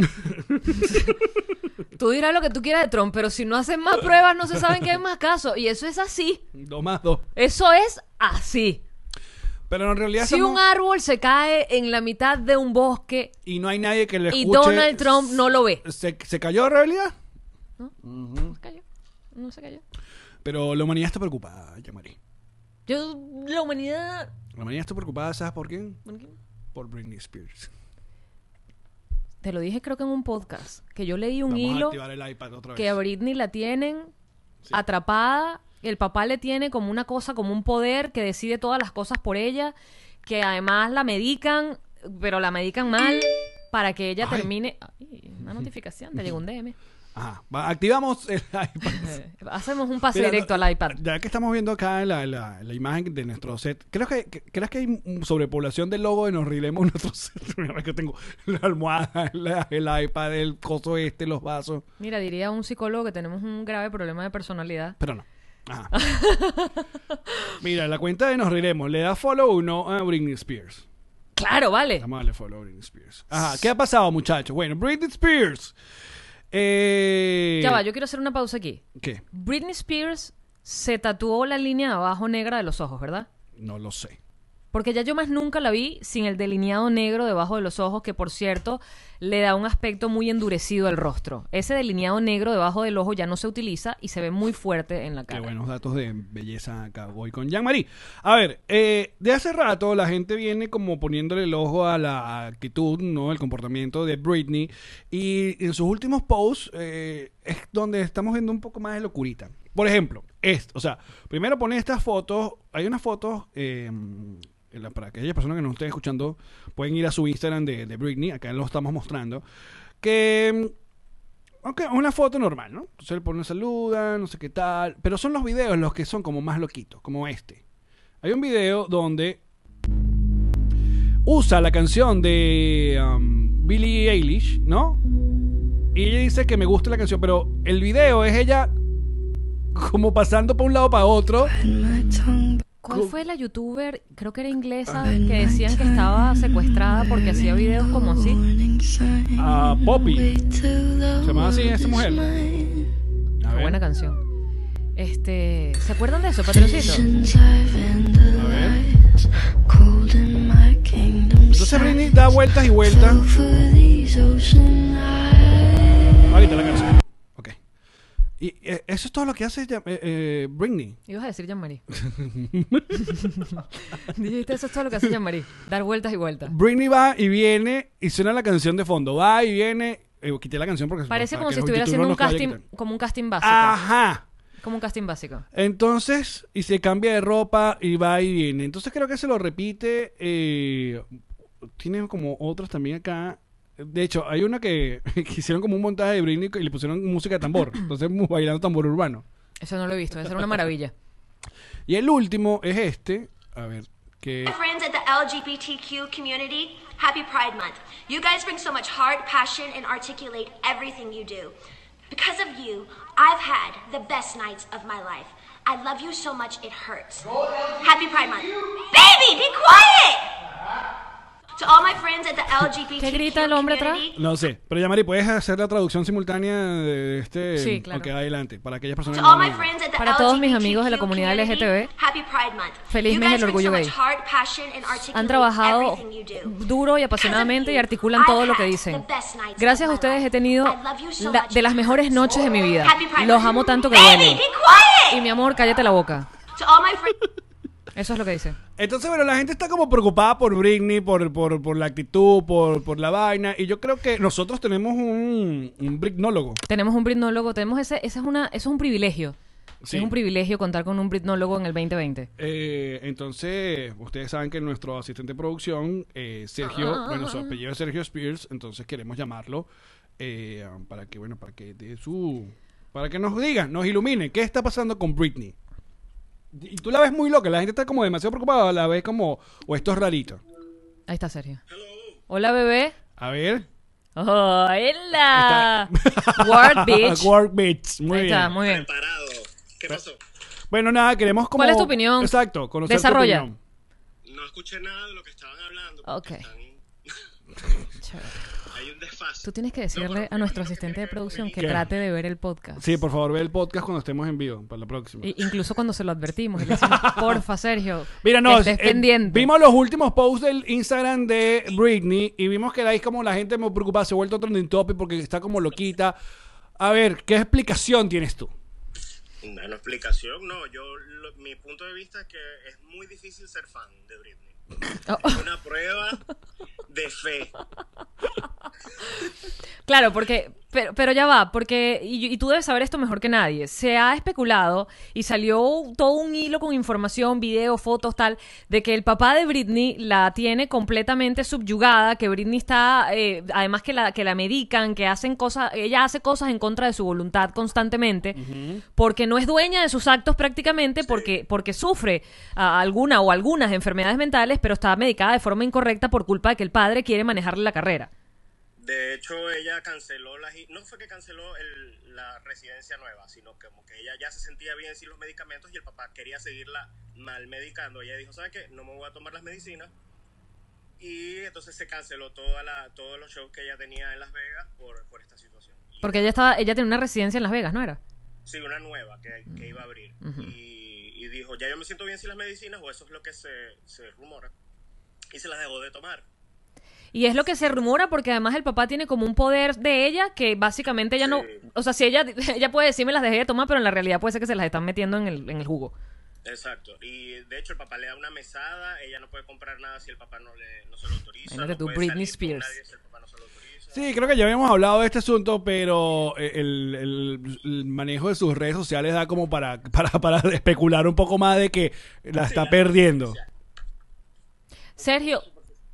tú dirás lo que tú quieras de Trump, pero si no hacen más pruebas, no se saben que hay más casos. Y eso es así.
Dos más dos.
Eso es así.
Pero en realidad
Si
somos-
un árbol se cae en la mitad de un bosque
y no hay nadie que lo escuche.
y Donald Trump no lo ve.
¿Se, se cayó en realidad?
No se cayó. No se cayó.
Pero la humanidad está preocupada, Yamari.
Yo, la humanidad.
La humanidad está preocupada, ¿sabes por quién? Por Britney Spears.
Te lo dije creo que en un podcast, que yo leí un
Vamos a
hilo
activar el iPad otra vez.
que a Britney la tienen atrapada, el papá le tiene como una cosa, como un poder que decide todas las cosas por ella, que además la medican, pero la medican mal para que ella
Ay.
termine... Ay, una notificación, te llegó un DM.
Ajá. Va, activamos el iPad.
Eh, Hacemos un pase
Mira,
directo
no,
al iPad.
Ya que estamos viendo acá la, la, la imagen de nuestro set, ¿crees que, que- ¿crees que hay un sobrepoblación del logo de nos rilemos nuestro set? Mira, que tengo la almohada, la- el iPad, el coso este, los vasos.
Mira, diría un psicólogo que tenemos un grave problema de personalidad.
Pero no. Ajá. Mira, la cuenta de nos rilemos, ¿le da follow o no a Britney Spears?
Claro, vale.
Vamos a darle follow a Britney Spears. Ajá, ¿qué ha pasado, muchachos? Bueno, Britney Spears. Eh,
Ya va, yo quiero hacer una pausa aquí.
¿Qué?
Britney Spears se tatuó la línea de abajo negra de los ojos, ¿verdad?
No lo sé.
Porque ya yo más nunca la vi sin el delineado negro debajo de los ojos, que por cierto le da un aspecto muy endurecido al rostro. Ese delineado negro debajo del ojo ya no se utiliza y se ve muy fuerte en la
Qué
cara.
buenos datos de belleza acá voy con Jean-Marie. A ver, eh, de hace rato la gente viene como poniéndole el ojo a la actitud, ¿no? El comportamiento de Britney. Y en sus últimos posts eh, es donde estamos viendo un poco más de locurita. Por ejemplo, esto. O sea, primero pone estas fotos. Hay unas fotos... eh, en la- para aquellas personas que nos estén escuchando, pueden ir a su Instagram de, de Britney, acá lo estamos mostrando, que Ok, una foto normal, ¿no? Entonces él pone saluda, no sé qué tal. Pero son los videos los que son como más loquitos, como este. Hay un video donde usa la canción de um, Billie Eilish, ¿no? Y ella dice que me gusta la canción, pero el video es ella como pasando por un lado para otro.
¿Cuál fue la youtuber, creo que era inglesa, que decían que estaba secuestrada porque hacía videos como así?
A Poppy. Ah, Se llama así esa mujer. A
Qué
ver,
buena canción. Este, ¿se acuerdan de eso, Patrocito?
a ver. Entonces Britney da vueltas y vueltas. Ahorita Ah, la canción. Ok. Y eh, eso es todo lo que hace eh, eh, Britney.
Ibas a decir Jean-Marie. Dijiste, eso es todo lo que hace Jean-Marie. Dar vueltas y vueltas.
Britney va y viene y suena la canción de fondo. Va y viene. Eh, quité la canción porque
Parece
para
como
que
si
los
estuviera
youtubers
haciendo
no
un
nos vaya a
casting,
quitar. Ah,
como un casting básico.
Ajá.
Como un casting básico.
Entonces, y se cambia de ropa y va y viene. Entonces creo que se lo repite. eh, tiene como otras también acá. De hecho, hay una que, que hicieron como un montaje de Britney y le pusieron música de tambor. Entonces, mu- bailando tambor urbano.
Eso no lo he visto, eso era una maravilla.
Y el último es este. A ver, que...
My friends at the LGBTQ community, happy Pride Month. You guys bring so much heart, passion, and articulate everything you do. Because of you, I've had the best nights of my life. I love you so much it hurts. Happy Pride Month. Baby, be quiet! To all my friends at the
¿Qué grita
LGBTQ
el hombre atrás?
community,
No sé. Pero ya, Mari, ¿puedes hacer la traducción simultánea de este?
Sí, claro.
Ok, adelante. Para aquellas personas
To
que no
all my
lo-
friends at the
Mm. Para todos mis amigos de la
LGBTQ
comunidad
community,
LGTB,
Happy Pride Month.
feliz
You
mes
guys
del
bring so
orgullo
much
gay.
heart, passion, and articulate
Han trabajado
everything you do.
duro y apasionadamente y articulan todo lo que dicen. Gracias a ustedes he tenido la- de las mejores noches de mi vida. Los amo tanto que duele. Y mi amor, cállate la boca. Eso es lo que dice.
Entonces, bueno, la gente está como preocupada por Britney, por, por, por la actitud, por, por la vaina. Y yo creo que nosotros tenemos un, un Britnólogo.
Tenemos un britnólogo, tenemos ese, esa es una, eso es un privilegio.
Sí.
Es un privilegio contar con un britnólogo en el 2020.
Eh, entonces, ustedes saben que nuestro asistente de producción, eh, Sergio,
Ah.
bueno, su apellido es Sergio Spears, entonces queremos llamarlo eh, para que, bueno, para que dé su... Para que nos diga, nos ilumine, ¿qué está pasando con Britney? Y tú la ves muy loca, la gente está como demasiado preocupada, la ves como, o esto es rarito.
Ahí está Sergio. Hola, bebé.
A ver.
Hola. Ah, Word bitch.
Work Beats, muy
Ahí
bien.
está, muy bien.
Parado. ¿Qué pasó?
Bueno, nada, queremos como...
¿Cuál es tu opinión?
Exacto, conocer
Desarrolla.
tu opinión.
No escuché nada de lo que estaban hablando.
Ok.
porque están-
Chévere.
Hay un desfase.
Tú tienes que decirle a nuestro asistente de producción que
¿Qué?
trate de ver el podcast.
Sí, por favor, ve el podcast cuando estemos en vivo, para la próxima.
I- incluso cuando se lo advertimos. y le decimos, porfa, Sergio.
Mira,
que
no,
estés
eh,
pendiente.
vimos los últimos posts del Instagram de Britney y vimos que ahí como la gente me preocupa, se ha vuelto trending topic porque está como loquita. A ver, ¿qué explicación tienes tú?
Una no explicación, no. Yo, lo- mi punto de vista es que es muy difícil ser fan de Britney.
Oh.
Es una prueba de fe.
Claro, porque. Pero, pero ya va, porque. Y, y tú debes saber esto mejor que nadie. Se ha especulado y salió todo un hilo con información, videos, fotos, tal, de que el papá de Britney la tiene completamente subyugada, que Britney está. eh, además que la, que la medican, que hacen cosas. Ella hace cosas en contra de su voluntad constantemente, porque no es dueña de sus actos prácticamente, porque, porque sufre ah, alguna o algunas enfermedades mentales, pero está medicada de forma incorrecta por culpa de que el padre quiere manejarle la carrera.
De hecho, ella canceló la gi- No fue que canceló el- la residencia nueva, sino que como que ella ya se sentía bien sin los medicamentos y el papá quería seguirla mal medicando. Ella dijo, ¿sabes qué? No me voy a tomar las medicinas. Y entonces se canceló toda la, todos los shows que ella tenía en Las Vegas por, por esta situación. Y-
Porque ella estaba, ella tenía una residencia en Las Vegas, ¿no era?
Sí, una nueva que, que iba a abrir. y, y dijo, ya yo me siento bien sin las medicinas, o eso es lo que se, se rumora. Y se las dejó de tomar.
Y es lo que se rumora porque además el papá tiene como un poder de ella que básicamente ella no,
Sí.
o sea, si ella ella puede decir me las dejé de tomar, pero en la realidad puede ser que se las están metiendo en el, en el jugo.
Exacto. Y de hecho el papá le da una mesada, ella no puede comprar nada si el papá no, le, no se lo autoriza.
Imagínate
no
tú,
puede
Britney
salir con
Spears.
nadie si el papá no se lo autoriza.
Sí, creo que ya habíamos hablado de este asunto, pero eh, el, el- el manejo de sus redes sociales da como para, para, para especular un poco más de que la está perdiendo.
Sergio,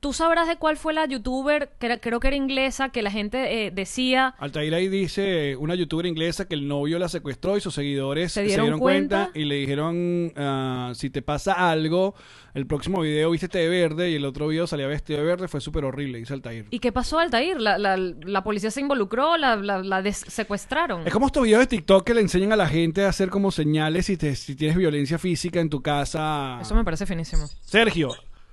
Tú sabrás de cuál fue la youtuber, que era- creo que era inglesa, que la gente eh, decía.
Altair ahí dice una youtuber inglesa que el novio la secuestró y sus seguidores
¿Se dieron cuenta?
y le dijeron ah, si te pasa algo el próximo video viste de verde y el otro video salía vestido de verde fue súper horrible dice Altair
¿Y qué pasó, Altair? La, la, la policía se involucró, la, la, la des- secuestraron.
es como estos videos de TikTok que le enseñan a la gente a hacer como señales si, te- si tienes violencia física en tu casa
Eso me parece finísimo.
Sergio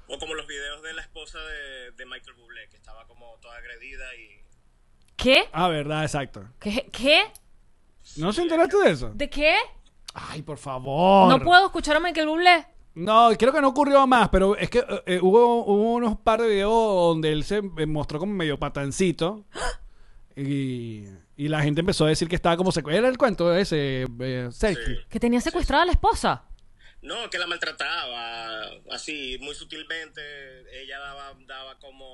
O como los videos de la esposa de, de Michael Bublé, que estaba como toda agredida y...
¿Qué?
ah verdad exacto
¿Qué? ¿Qué?
no se enteraste de eso
¿De qué?
ay por favor
No puedo escuchar a Michael Bublé.
No, creo que no ocurrió más, pero es que eh, eh, hubo, hubo unos par de videos donde él se eh, mostró como medio patancito. Y, y la gente empezó a decir que estaba como secuestrado. Era el cuento ese, eh, Sergio.
Que tenía secuestrada a la esposa.
No, que la maltrataba, así, muy sutilmente. Ella daba, daba como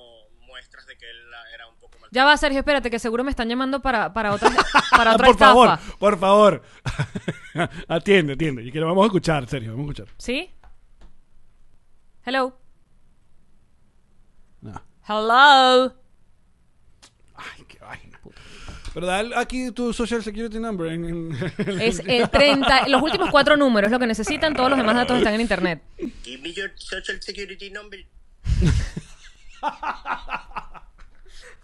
muestras de que él la- era un poco maltratado.
Ya va, Sergio, espérate, que seguro me están llamando para, para otra, para otra
por
estafa.
favor, por favor. atiende, atiende. Y que lo vamos a escuchar, Sergio. Vamos a escuchar.
¿Sí? Hello.
No.
Hello.
Ay, qué vaina. Pero da el- aquí tu social security number. en- en-
Es el 30, los últimos cuatro números, lo que necesitan, todos los demás datos están en internet.
Give me your social security number.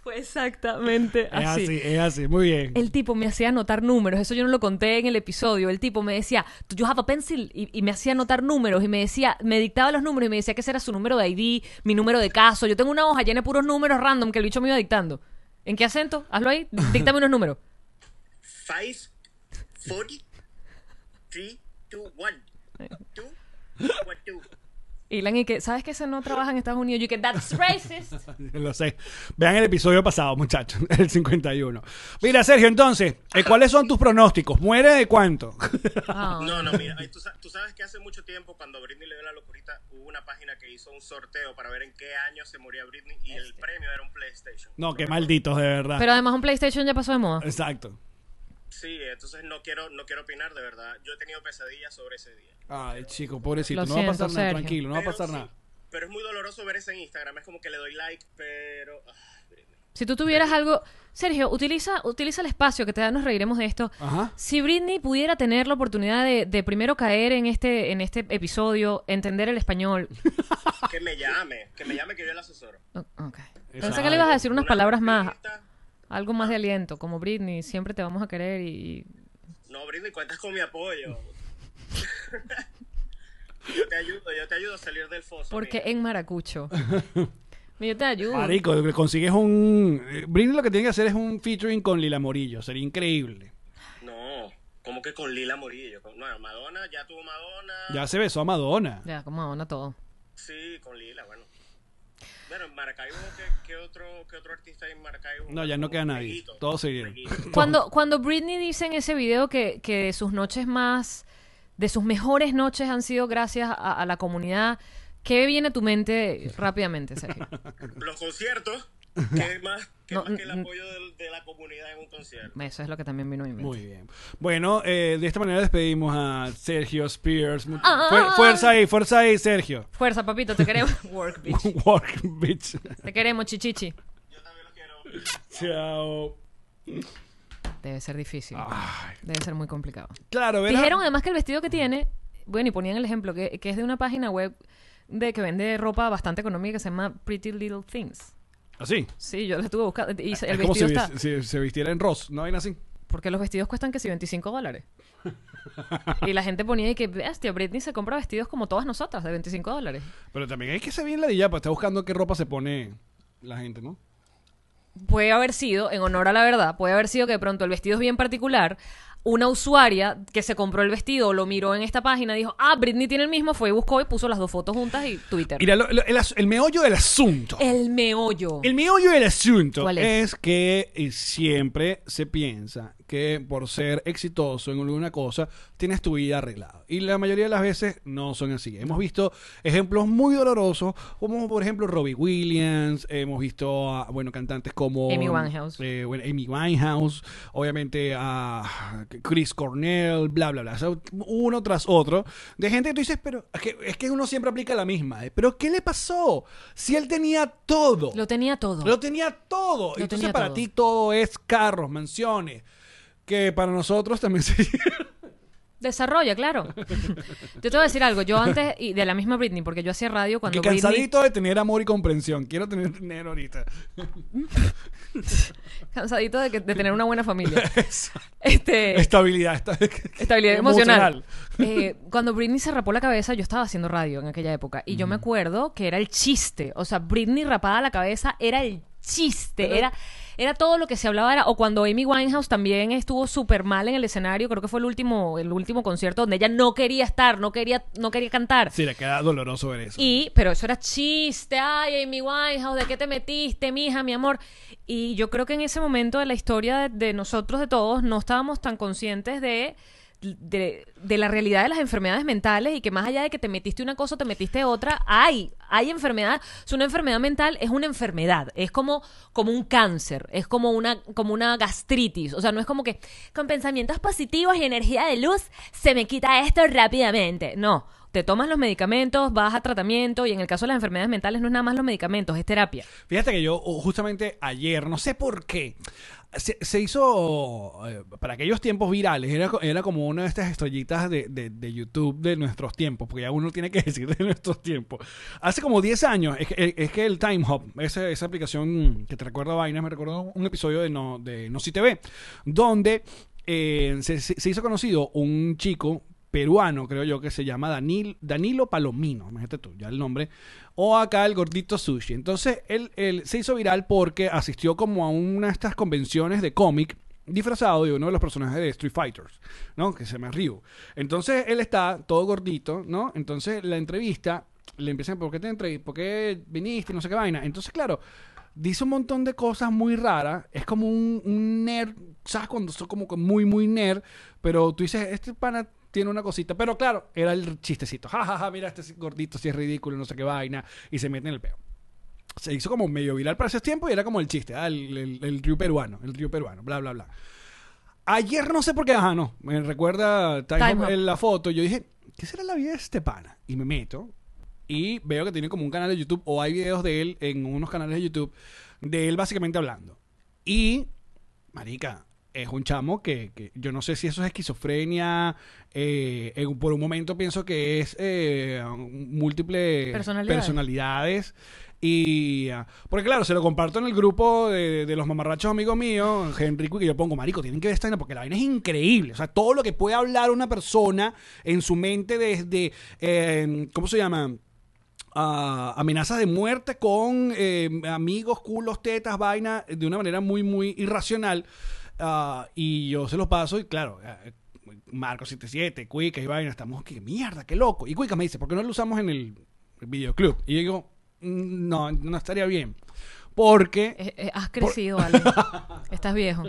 Fue exactamente
es así, es así. Muy bien.
El tipo me hacía anotar números, eso yo no lo conté en el episodio. El tipo me decía, "Do you have a pencil? Y, y me hacía anotar números y me decía, me dictaba los números y me decía que ese era su número de ID, mi número de caso. Yo tengo una hoja llena de puros números random que el bicho me iba dictando. ¿En qué acento? Hazlo ahí, díctame unos números.
Five, forty, three, two, one. Two, one, two.
Y Lan, y que, ¿sabes que ese no trabaja en Estados Unidos? Yo que, that's racist.
Lo sé. Vean el episodio pasado, muchachos, el 51. Mira, Sergio, entonces, eh, ¿cuáles son tus pronósticos? ¿Muere de cuánto?
Ah.
No, no, mira, ay, tú, sa- tú sabes que hace mucho tiempo, cuando Britney le dio la locurita, hubo una página que hizo un sorteo para ver en qué año se moría Britney y el
Este.
premio era un PlayStation.
No, qué malditos, de verdad.
Pero además un PlayStation ya pasó de moda.
Exacto.
Sí, entonces no quiero, no quiero opinar, de verdad. Yo he tenido pesadillas sobre ese día.
Ay, chico, pobrecito.
Lo
no va a
siento,
pasar nada,
Sergio.
tranquilo, no va a
Pero
pasar
sí,
nada.
Pero es muy doloroso ver eso en Instagram. Es como que le doy like, pero. ah, Britney.
Si tú tuvieras algo... Sergio, utiliza, utiliza el espacio que te da, nos reiremos de esto.
Ajá.
Si Britney pudiera tener la oportunidad de, de primero caer en este, en este episodio, entender el español.
ah, Que me llame, que me llame que yo el asesoro.
O- ok. Pensé
Exacto.
que le ibas a decir unas palabras más,
cosita.
algo más de aliento, como Britney, siempre te vamos a querer y...
No, Britney, cuentas con mi apoyo. yo te ayudo, yo te ayudo a salir del foso.
Porque
mija.
en Maracucho. Yo te ayudo.
Marico, le consigues un. eh, Britney lo que tiene que hacer es un featuring con Lila Morillo. Sería increíble.
No, como que con Lila Morillo. Con- No, Madonna, ya tuvo Madonna.
Ya se besó a Madonna.
Ya, como abona todo.
Sí, con Lila, bueno. Bueno, en Maracaibo, ¿qué, qué otro, qué otro artista hay en Maracaibo?
No, ya no queda nadie.
Dieguito.
Todos se dieron.
Dieguito.
Cuando, cuando Britney dice en ese video que, que de sus noches más, de sus mejores noches han sido gracias a, a la comunidad, ¿qué viene a tu mente rápidamente, Sergio?
Los conciertos, ¿qué más, qué
No,
más que el
mm,
apoyo del- de, la comunidad en un concierto?
Eso es lo que también vino a mi mente.
Muy bien. Bueno, eh, de esta manera despedimos a Sergio Spears. Mu-
Ah.
Fuer- Fuerza ahí, fuerza ahí, Sergio.
Fuerza, papito, te queremos. Work, bitch.
Work, bitch.
Te queremos, chichichi.
Yo también los quiero.
Chao.
Debe ser difícil. Debe ser muy complicado.
Claro, ¿verdad?
Dijeron además que el vestido que tiene, bueno, y ponían el ejemplo, que, que es de una página web de que vende ropa bastante económica que se llama Pretty Little Things.
Así.
Sí, yo la estuve buscando. Y se-
Ah,
el
es como si,
vestido
vis-
está.
si- se vistiera en Ross, ¿no? Vaina así.
Porque los vestidos cuestan que si 25 dólares. y la gente ponía y que, bestia, Britney se compra vestidos como todas nosotras de 25 dólares.
Pero también hay que ser bien ladillapa. Está buscando qué ropa se pone la gente, ¿no?
Puede haber sido, en honor a la verdad, puede haber sido que de pronto el vestido es bien particular. Una usuaria que se compró el vestido, lo miró en esta página, dijo, ah, Britney tiene el mismo, fue y buscó y puso las dos fotos juntas y Twitter.
Mira, lo- lo- el, as- el meollo del asunto. El,
El meollo.
meollo del asunto
¿Cuál
es?
es?
que eh, siempre se piensa que por ser exitoso en alguna cosa tienes tu vida arreglada. Y la mayoría de las veces no son así. Hemos visto ejemplos muy dolorosos, como por ejemplo Robbie Williams, hemos visto a, bueno, cantantes como
Amy Winehouse.
eh, bueno, Amy Winehouse, obviamente a Chris Cornell, bla, bla, bla. O sea, uno tras otro. De gente que tú dices, pero es que, es que uno siempre aplica la misma. ¿eh? ¿Pero qué le pasó? Si él tenía todo.
Lo tenía todo.
Lo tenía todo.
Lo
Entonces
tenía
para
todo.
ti todo es carros, mansiones. Que para nosotros también se...
Desarrolla, claro. yo te voy a decir algo. Yo antes, y de la misma Britney, porque yo hacía radio cuando
que
Britney...
cansadito de tener amor y comprensión. Quiero tener dinero ahorita.
Cansadito de, que- de tener una buena familia. este,
Estabilidad. esta-
estabilidad emocional. Eh, cuando Britney se rapó la cabeza, yo estaba haciendo radio en aquella época. Y yo me acuerdo que era el chiste. O sea, Britney rapada la cabeza era el chiste. Era, era todo lo que se hablaba. Era, o cuando Amy Winehouse también estuvo súper mal en el escenario. Creo que fue el último, el último concierto donde ella no quería estar, no quería, no quería cantar.
Sí, le queda doloroso ver eso.
Y, pero eso era chiste, ay, Amy Winehouse, ¿de qué te metiste, mija, mi amor? Y yo creo que en ese momento de la historia de, de nosotros, de todos, no estábamos tan conscientes de, de, de la realidad de las enfermedades mentales y que más allá de que te metiste una cosa o te metiste otra, hay, hay enfermedad. O sea, una enfermedad mental es una enfermedad, es como, como un cáncer, es como una, como una gastritis. O sea, no es como que con pensamientos positivos y energía de luz se me quita esto rápidamente. No. Te tomas los medicamentos, vas a tratamiento y en el caso de las enfermedades mentales no es nada más los medicamentos, es terapia.
Fíjate que yo o- justamente ayer, no sé por qué, se, se hizo, eh, para aquellos tiempos virales, era, co- era como una de estas estrellitas de, de- de YouTube de nuestros tiempos, porque ya uno tiene que decir de nuestros tiempos. Hace como 10 años, es que, es que el Time Hop, esa, esa aplicación que te recuerda vainas, me recordó un episodio de No, de no Si TV, donde eh, se, se- se hizo conocido un chico peruano, creo yo, que se llama Danil, Danilo Palomino, imagínate tú, ya el nombre, o acá el gordito sushi. Entonces, él, él se hizo viral porque asistió como a una de estas convenciones de cómic disfrazado de uno de los personajes de Street Fighters, ¿no? Que se llama Ryu. Entonces, él está todo gordito, ¿no? Entonces, la entrevista, le empiezan, ¿por qué te entrevistas? ¿Por qué viniste? No sé qué vaina. Entonces, claro, dice un montón de cosas muy raras. Es como un, un nerd, ¿sabes? Cuando son como que muy, muy nerd, pero tú dices, este pana tiene una cosita. Pero claro, era el chistecito. Ja, ja, ja, mira, este gordito si es ridículo, no sé qué vaina. Y se mete en el peo. Se hizo como medio viral para ese tiempo y era como el chiste, ah, el, el- el río peruano, el río peruano, bla, bla, bla. Ayer no sé por qué, ajá, no, me recuerda Time
Time
Hop
Hop.
en la foto, yo dije, ¿qué será la vida de este pana? Y me meto y veo que tiene como un canal de YouTube o hay videos de él en unos canales de YouTube de él básicamente hablando. Y, marica, es un chamo que, que yo no sé si eso es esquizofrenia, eh, en- por un momento pienso que es eh, múltiple
Personalidades.
personalidades. Y, ah, porque claro, se lo comparto en el grupo de, de los mamarrachos amigos míos, Henrico, y que yo pongo, marico, tienen que ver esta vaina porque la vaina es increíble. O sea, todo lo que puede hablar una persona en su mente desde, eh, ¿cómo se llama? a amenazas de muerte con eh, amigos, culos, tetas, vaina, de una manera muy, muy irracional. Ah, y yo se los paso y claro, eh, Marco 77, Cuica y vaina, estamos, qué mierda, qué loco. Y Cuica me dice, ¿por qué no lo usamos en el videoclub? Y yo digo, "Mm, no, no estaría bien. Porque...
Eh, eh, has crecido, Ale. Estás viejo.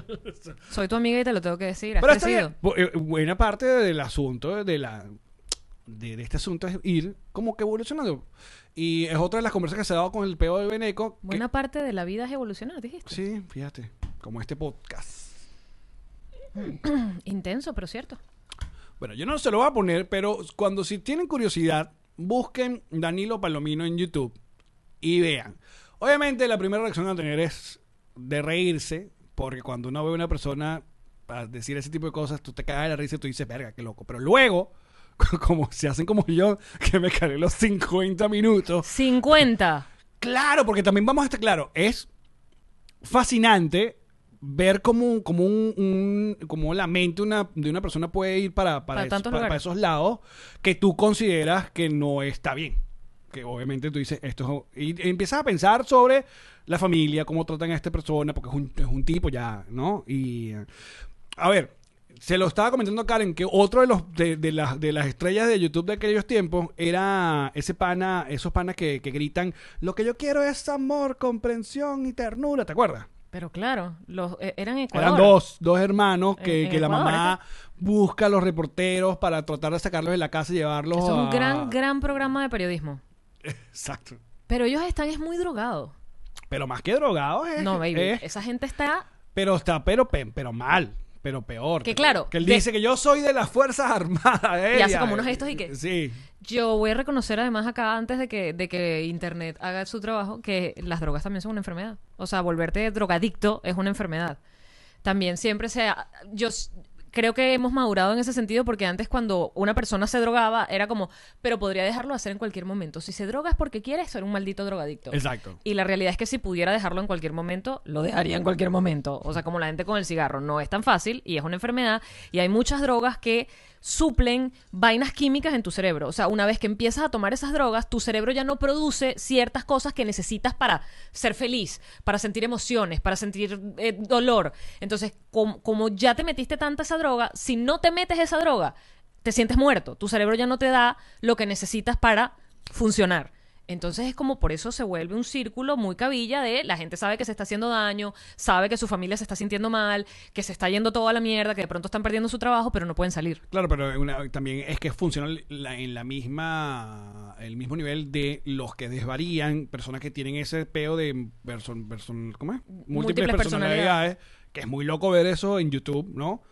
Soy tu amiga y te lo tengo que decir. Has
Pero está
crecido.
bien. Bu- eh, Buena parte del asunto, de la de, de este asunto es ir como que evolucionando. Y es otra de las conversas que se ha dado con el peo de Beneco. que-
Buena parte de la vida es evolucionar, dijiste.
Sí, fíjate, como este podcast.
Intenso, pero cierto.
Bueno, yo no se lo voy a poner, pero cuando si tienen curiosidad, busquen Danilo Palomino en YouTube y vean. Obviamente la primera reacción a tener es de reírse, porque cuando uno ve a una persona a decir ese tipo de cosas, tú te cagas de la risa y tú dices, verga, qué loco. Pero luego, como se hacen como yo, que me cargué los 50 minutos,
50.
Claro, porque también vamos a estar claro, es fascinante ver cómo, cómo, un, un- cómo la mente una, de una persona puede ir para, para,
Para
es-
tantos
para- para
lugares.
esos lados que tú consideras que no está bien. Que obviamente tú dices, esto es... Y, y empiezas a pensar sobre la familia, cómo tratan a esta persona, porque es un, es un tipo ya, ¿no? Y... eh, A ver, se lo estaba comentando a Karen que otro de los de, de las, de las estrellas de YouTube de aquellos tiempos era ese pana, esos panas que, que gritan, lo que yo quiero es amor, comprensión y ternura, ¿te acuerdas?
Pero claro, los, eh, eran en Ecuador.
Eran dos, dos hermanos que,
En-
que la
en Ecuador,
mamá busca a los reporteros para tratar de sacarlos de la casa y llevarlos
Eso es un
a-
gran, gran programa de periodismo.
Exacto.
Pero ellos están, es muy drogados.
Pero más que drogados es...
No, baby.
es-
Esa gente está
pero está, pero, pe- pero mal, pero peor.
Que claro,
Que él
de-
dice que yo soy de las Fuerzas Armadas. eh,
Y hace como unos gestos y que-
Sí.
Yo voy a reconocer además acá, antes de que, de que Internet haga su trabajo, que las drogas también son una enfermedad. O sea, volverte drogadicto es una enfermedad. También siempre se... ha- Yo s- creo que hemos madurado en ese sentido porque antes cuando una persona se drogaba era como, pero podría dejarlo hacer en cualquier momento. Si se droga es porque quiere ser un maldito drogadicto.
Exacto.
Y la realidad es que si pudiera dejarlo en cualquier momento, lo dejaría en cualquier momento. O sea, como la gente con el cigarro. No es tan fácil y es una enfermedad. Y hay muchas drogas que suplen vainas químicas en tu cerebro. O sea, una vez que empiezas a tomar esas drogas, tu cerebro ya no produce ciertas cosas que necesitas para ser feliz, para sentir emociones, para sentir eh, dolor. Entonces, com- como ya te metiste tanta esa droga, si no te metes esa droga, te sientes muerto. Tu cerebro ya no te da lo que necesitas para funcionar. Entonces es como por eso se vuelve un círculo muy cabilla de la gente sabe que se está haciendo daño, sabe que su familia se está sintiendo mal, que se está yendo toda la mierda, que de pronto están perdiendo su trabajo, pero no pueden salir.
Claro, pero una- también es que funciona la- en la misma, el mismo nivel de los que desvarían, personas que tienen ese peo de person, person- ¿cómo es? múltiples,
Múltiples
personalidades, que es muy loco ver eso en YouTube, ¿no?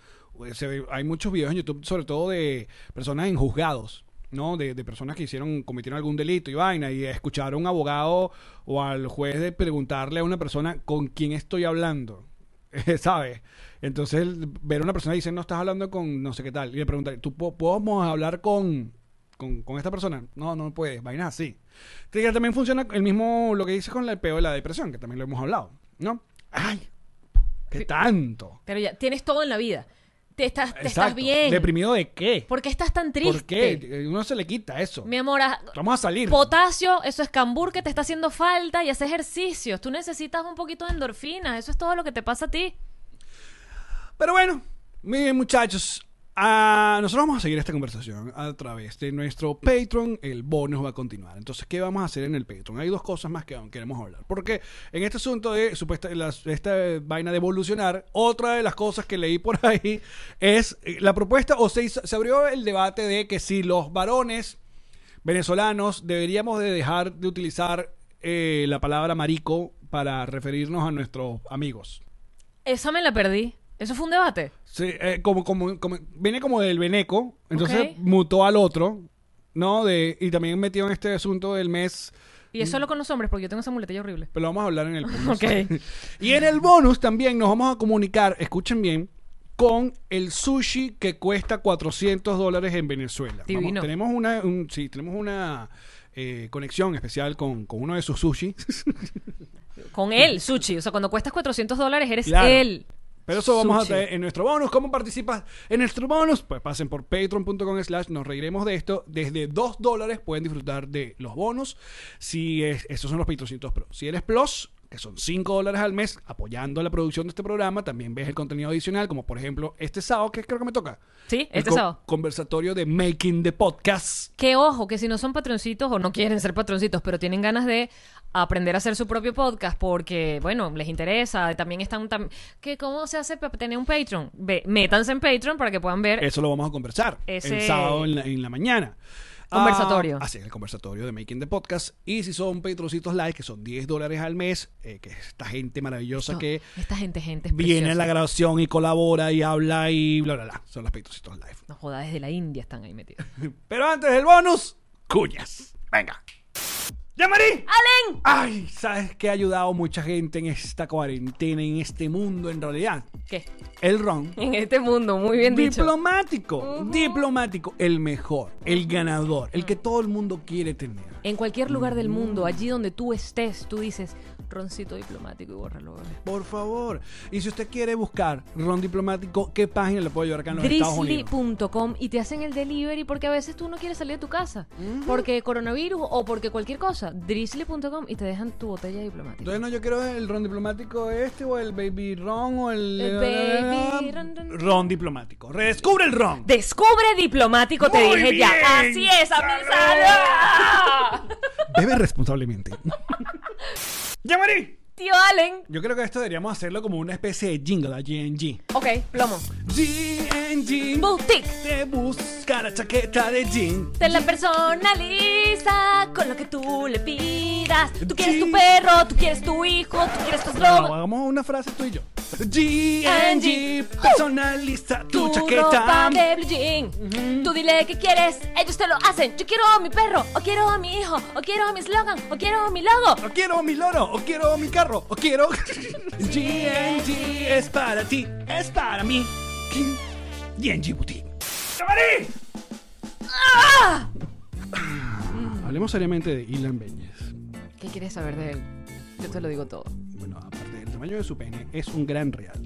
Se ve- hay muchos videos en YouTube, sobre todo de personas en juzgados. ¿no? De, de personas que hicieron, cometieron algún delito y vaina, y escuchar a un abogado o al juez de preguntarle a una persona con quién estoy hablando. ¿Sabes? Entonces, el- ver a una persona y dice, no estás hablando con no sé qué tal. Y le preguntaré, ¿tú po- podemos hablar con, con, con esta persona? No, no puedes, vainas así. Te digo, También funciona el mismo, lo que dices con el peo de la depresión, que también lo hemos hablado, ¿no? ¡Ay! ¡Qué tanto!
Pero ya tienes todo en la vida. Te estás, te estás
Exacto.
bien.
¿Deprimido de qué?
¿Por qué estás tan triste?
¿Por qué? Uno se le quita eso.
Mi amor, haz-
Vamos a salir.
potasio, eso es cambur que te está haciendo falta y hace ejercicios. Tú necesitas un poquito de endorfinas, eso es todo lo que te pasa a ti.
Pero bueno, muy bien, muchachos. Ah, nosotros vamos a seguir esta conversación a través de nuestro Patreon. El bonus va a continuar. Entonces, ¿qué vamos a hacer en el Patreon? Hay dos cosas más que aún queremos hablar. Porque en este asunto de supuesta, la- esta vaina de evolucionar, otra de las cosas que leí por ahí es eh, la propuesta, o se, hizo- se abrió el debate de que si los varones venezolanos deberíamos de dejar de utilizar eh, la palabra marico para referirnos a nuestros amigos.
Esa me la perdí. Eso fue un debate.
Sí, eh, como, como, como- viene como del Beneco, entonces
Ok.
mutó al otro, ¿no? De, y también metido en este asunto del mes,
Y
Mm.
es solo con los hombres, porque yo tengo esa muletilla horrible.
pero lo vamos a hablar en el bonus.
Ok.
y en el bonus también nos vamos a comunicar, escuchen bien, con el sushi que cuesta 400 dólares en Venezuela.
Divino.
Vamos, tenemos una, un- sí, tenemos una eh, conexión especial con, con uno de sus sushi.
Con él, Sushi. O sea, cuando cuestas 400 dólares, eres
Claro.
él.
Pero eso vamos a
Sushi.
traer en nuestro bonus. ¿Cómo participas en nuestro bonus? Pues pasen por patreon.com slash, nos reiremos de esto. Desde 2 dólares pueden disfrutar de los bonus. Si es, esos son los Patroncitos Pro. Si eres Plus, que son 5 dólares al mes, apoyando la producción de este programa, también ves el contenido adicional, como por ejemplo este sábado, que creo que me toca.
Sí,
El
este
co-
sábado.
Conversatorio de Making the Podcast.
Que ojo, que si no son patroncitos o no quieren ser patroncitos, pero tienen ganas de aprender a hacer su propio podcast porque, bueno, les interesa. También están. tam- que ¿Cómo se hace para tener un Patreon? Ve, métanse en Patreon para que puedan ver.
Eso lo vamos a conversar el
Ese-
sábado en la, en la mañana.
Conversatorio.
Ah, así es, el conversatorio de Making the Podcast. Y si son Petrocitos Live, que son 10 dólares al mes, eh, que es esta gente maravillosa
No,
que
Esta gente, gente. Es
viene a la
preciosa.
grabación y colabora y habla y bla, bla, bla. Son los Petrocitos Live.
No jodas, desde la India están ahí metidos.
Pero antes del bonus, cuñas. Venga. ¡Yamari!
¡Alen!
Ay, ¿sabes qué ha ayudado mucha gente en esta cuarentena, en este mundo en realidad?
¿Qué?
El ron.
En este mundo, muy bien dicho.
Diplomático, diplomático, el mejor, el ganador, el que todo el mundo quiere tener.
En cualquier lugar del mundo, allí donde tú estés, tú dices roncito diplomático y bórralo. bebé".
Por favor. Y si usted quiere buscar ron diplomático, ¿qué página le puedo llevar acá en los Estados Unidos?
Drizzly.com y te hacen el delivery porque a veces tú no quieres salir de tu casa porque coronavirus o porque cualquier cosa. Drizzly.com y te dejan tu botella diplomática.
Entonces no, yo quiero el ron diplomático este o el baby ron o el... eh,
El baby ron, ron.
Ron diplomático. Redescubre el ron.
Descubre diplomático, te
Muy
dije ya.
bien,
Así es, amizada.
Bebe responsablemente. Yamari,
Tío Allen.
Yo creo que esto deberíamos hacerlo como una especie de jingle a GNG.
Ok, plomo.
GNG.
Boutique.
Te busca la chaqueta de jean.
Te la personaliza con lo que tú le pidas. Tú quieres tu perro, tú quieres tu hijo, tú quieres tu
No,
eslogan.
hagamos una frase tú y yo. GNG. Personaliza tu chaqueta.
ropa de blue jean. Tú dile qué quieres, ellos te lo hacen. Yo quiero a mi perro, o quiero a mi hijo, o quiero a mi eslogan, o quiero mi logo.
O quiero mi loro, o quiero mi carro, o quiero. GNG es para ti, es para mí. GNG Boutique. ¡Camarín! Hablemos seriamente de Ilan Beñez.
¿Qué quieres saber de él? Yo te lo digo todo.
Bueno, aparte del tamaño de su pene, es un gran real.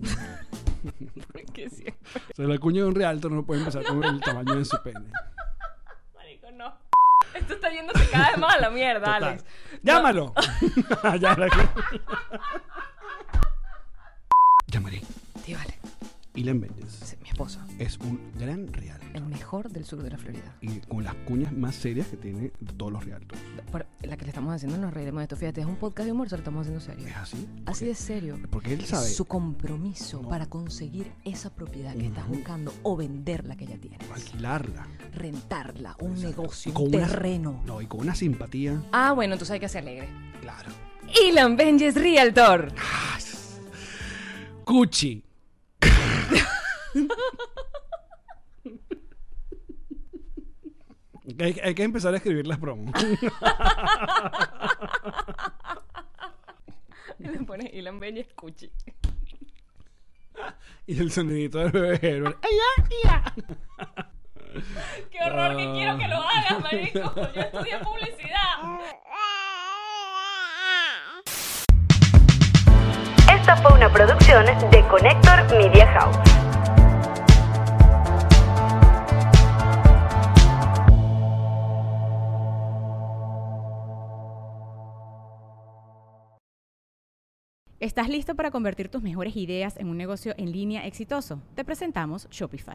Que sí.
O sea, la cuña de un realto no puede empezar con el tamaño de su pene.
Marico, no. Esto está yéndose cada vez más a la mierda,
Total.
Alex.
¡Llámalo! Ya la- Llamaré.
Tío Alex,
Ilan Beñez
es mi esposo,
es un gran real.
el mejor del sur de la Florida.
Y con las cuñas más serias que tiene todos los realtos.
Por- la que le estamos haciendo nos reiremos de esto. Fíjate, es un podcast de humor, se lo estamos haciendo serio.
¿Es así?
Así de serio.
Porque él sabe.
Su compromiso
No.
para conseguir esa propiedad que estás buscando o vender la que ya tienes.
alquilarla.
Rentarla, un negocio,
Con
un
una-
terreno.
No, y con una simpatía.
Ah, bueno, entonces hay que ser alegre.
Claro.
Ilan Benjes Realtor.
Cuchi. hay, hay que empezar a escribir las promos.
Le pones Ilan Benjes Cuchi.
y el sonidito del bebé Herbert. ¡Ay,
Qué horror que quiero que lo hagas, marico. Yo estudié publicidad.
Esta fue una producción de Connector Media House.
¿Estás listo para convertir tus mejores ideas en un negocio en línea exitoso? Te presentamos Shopify.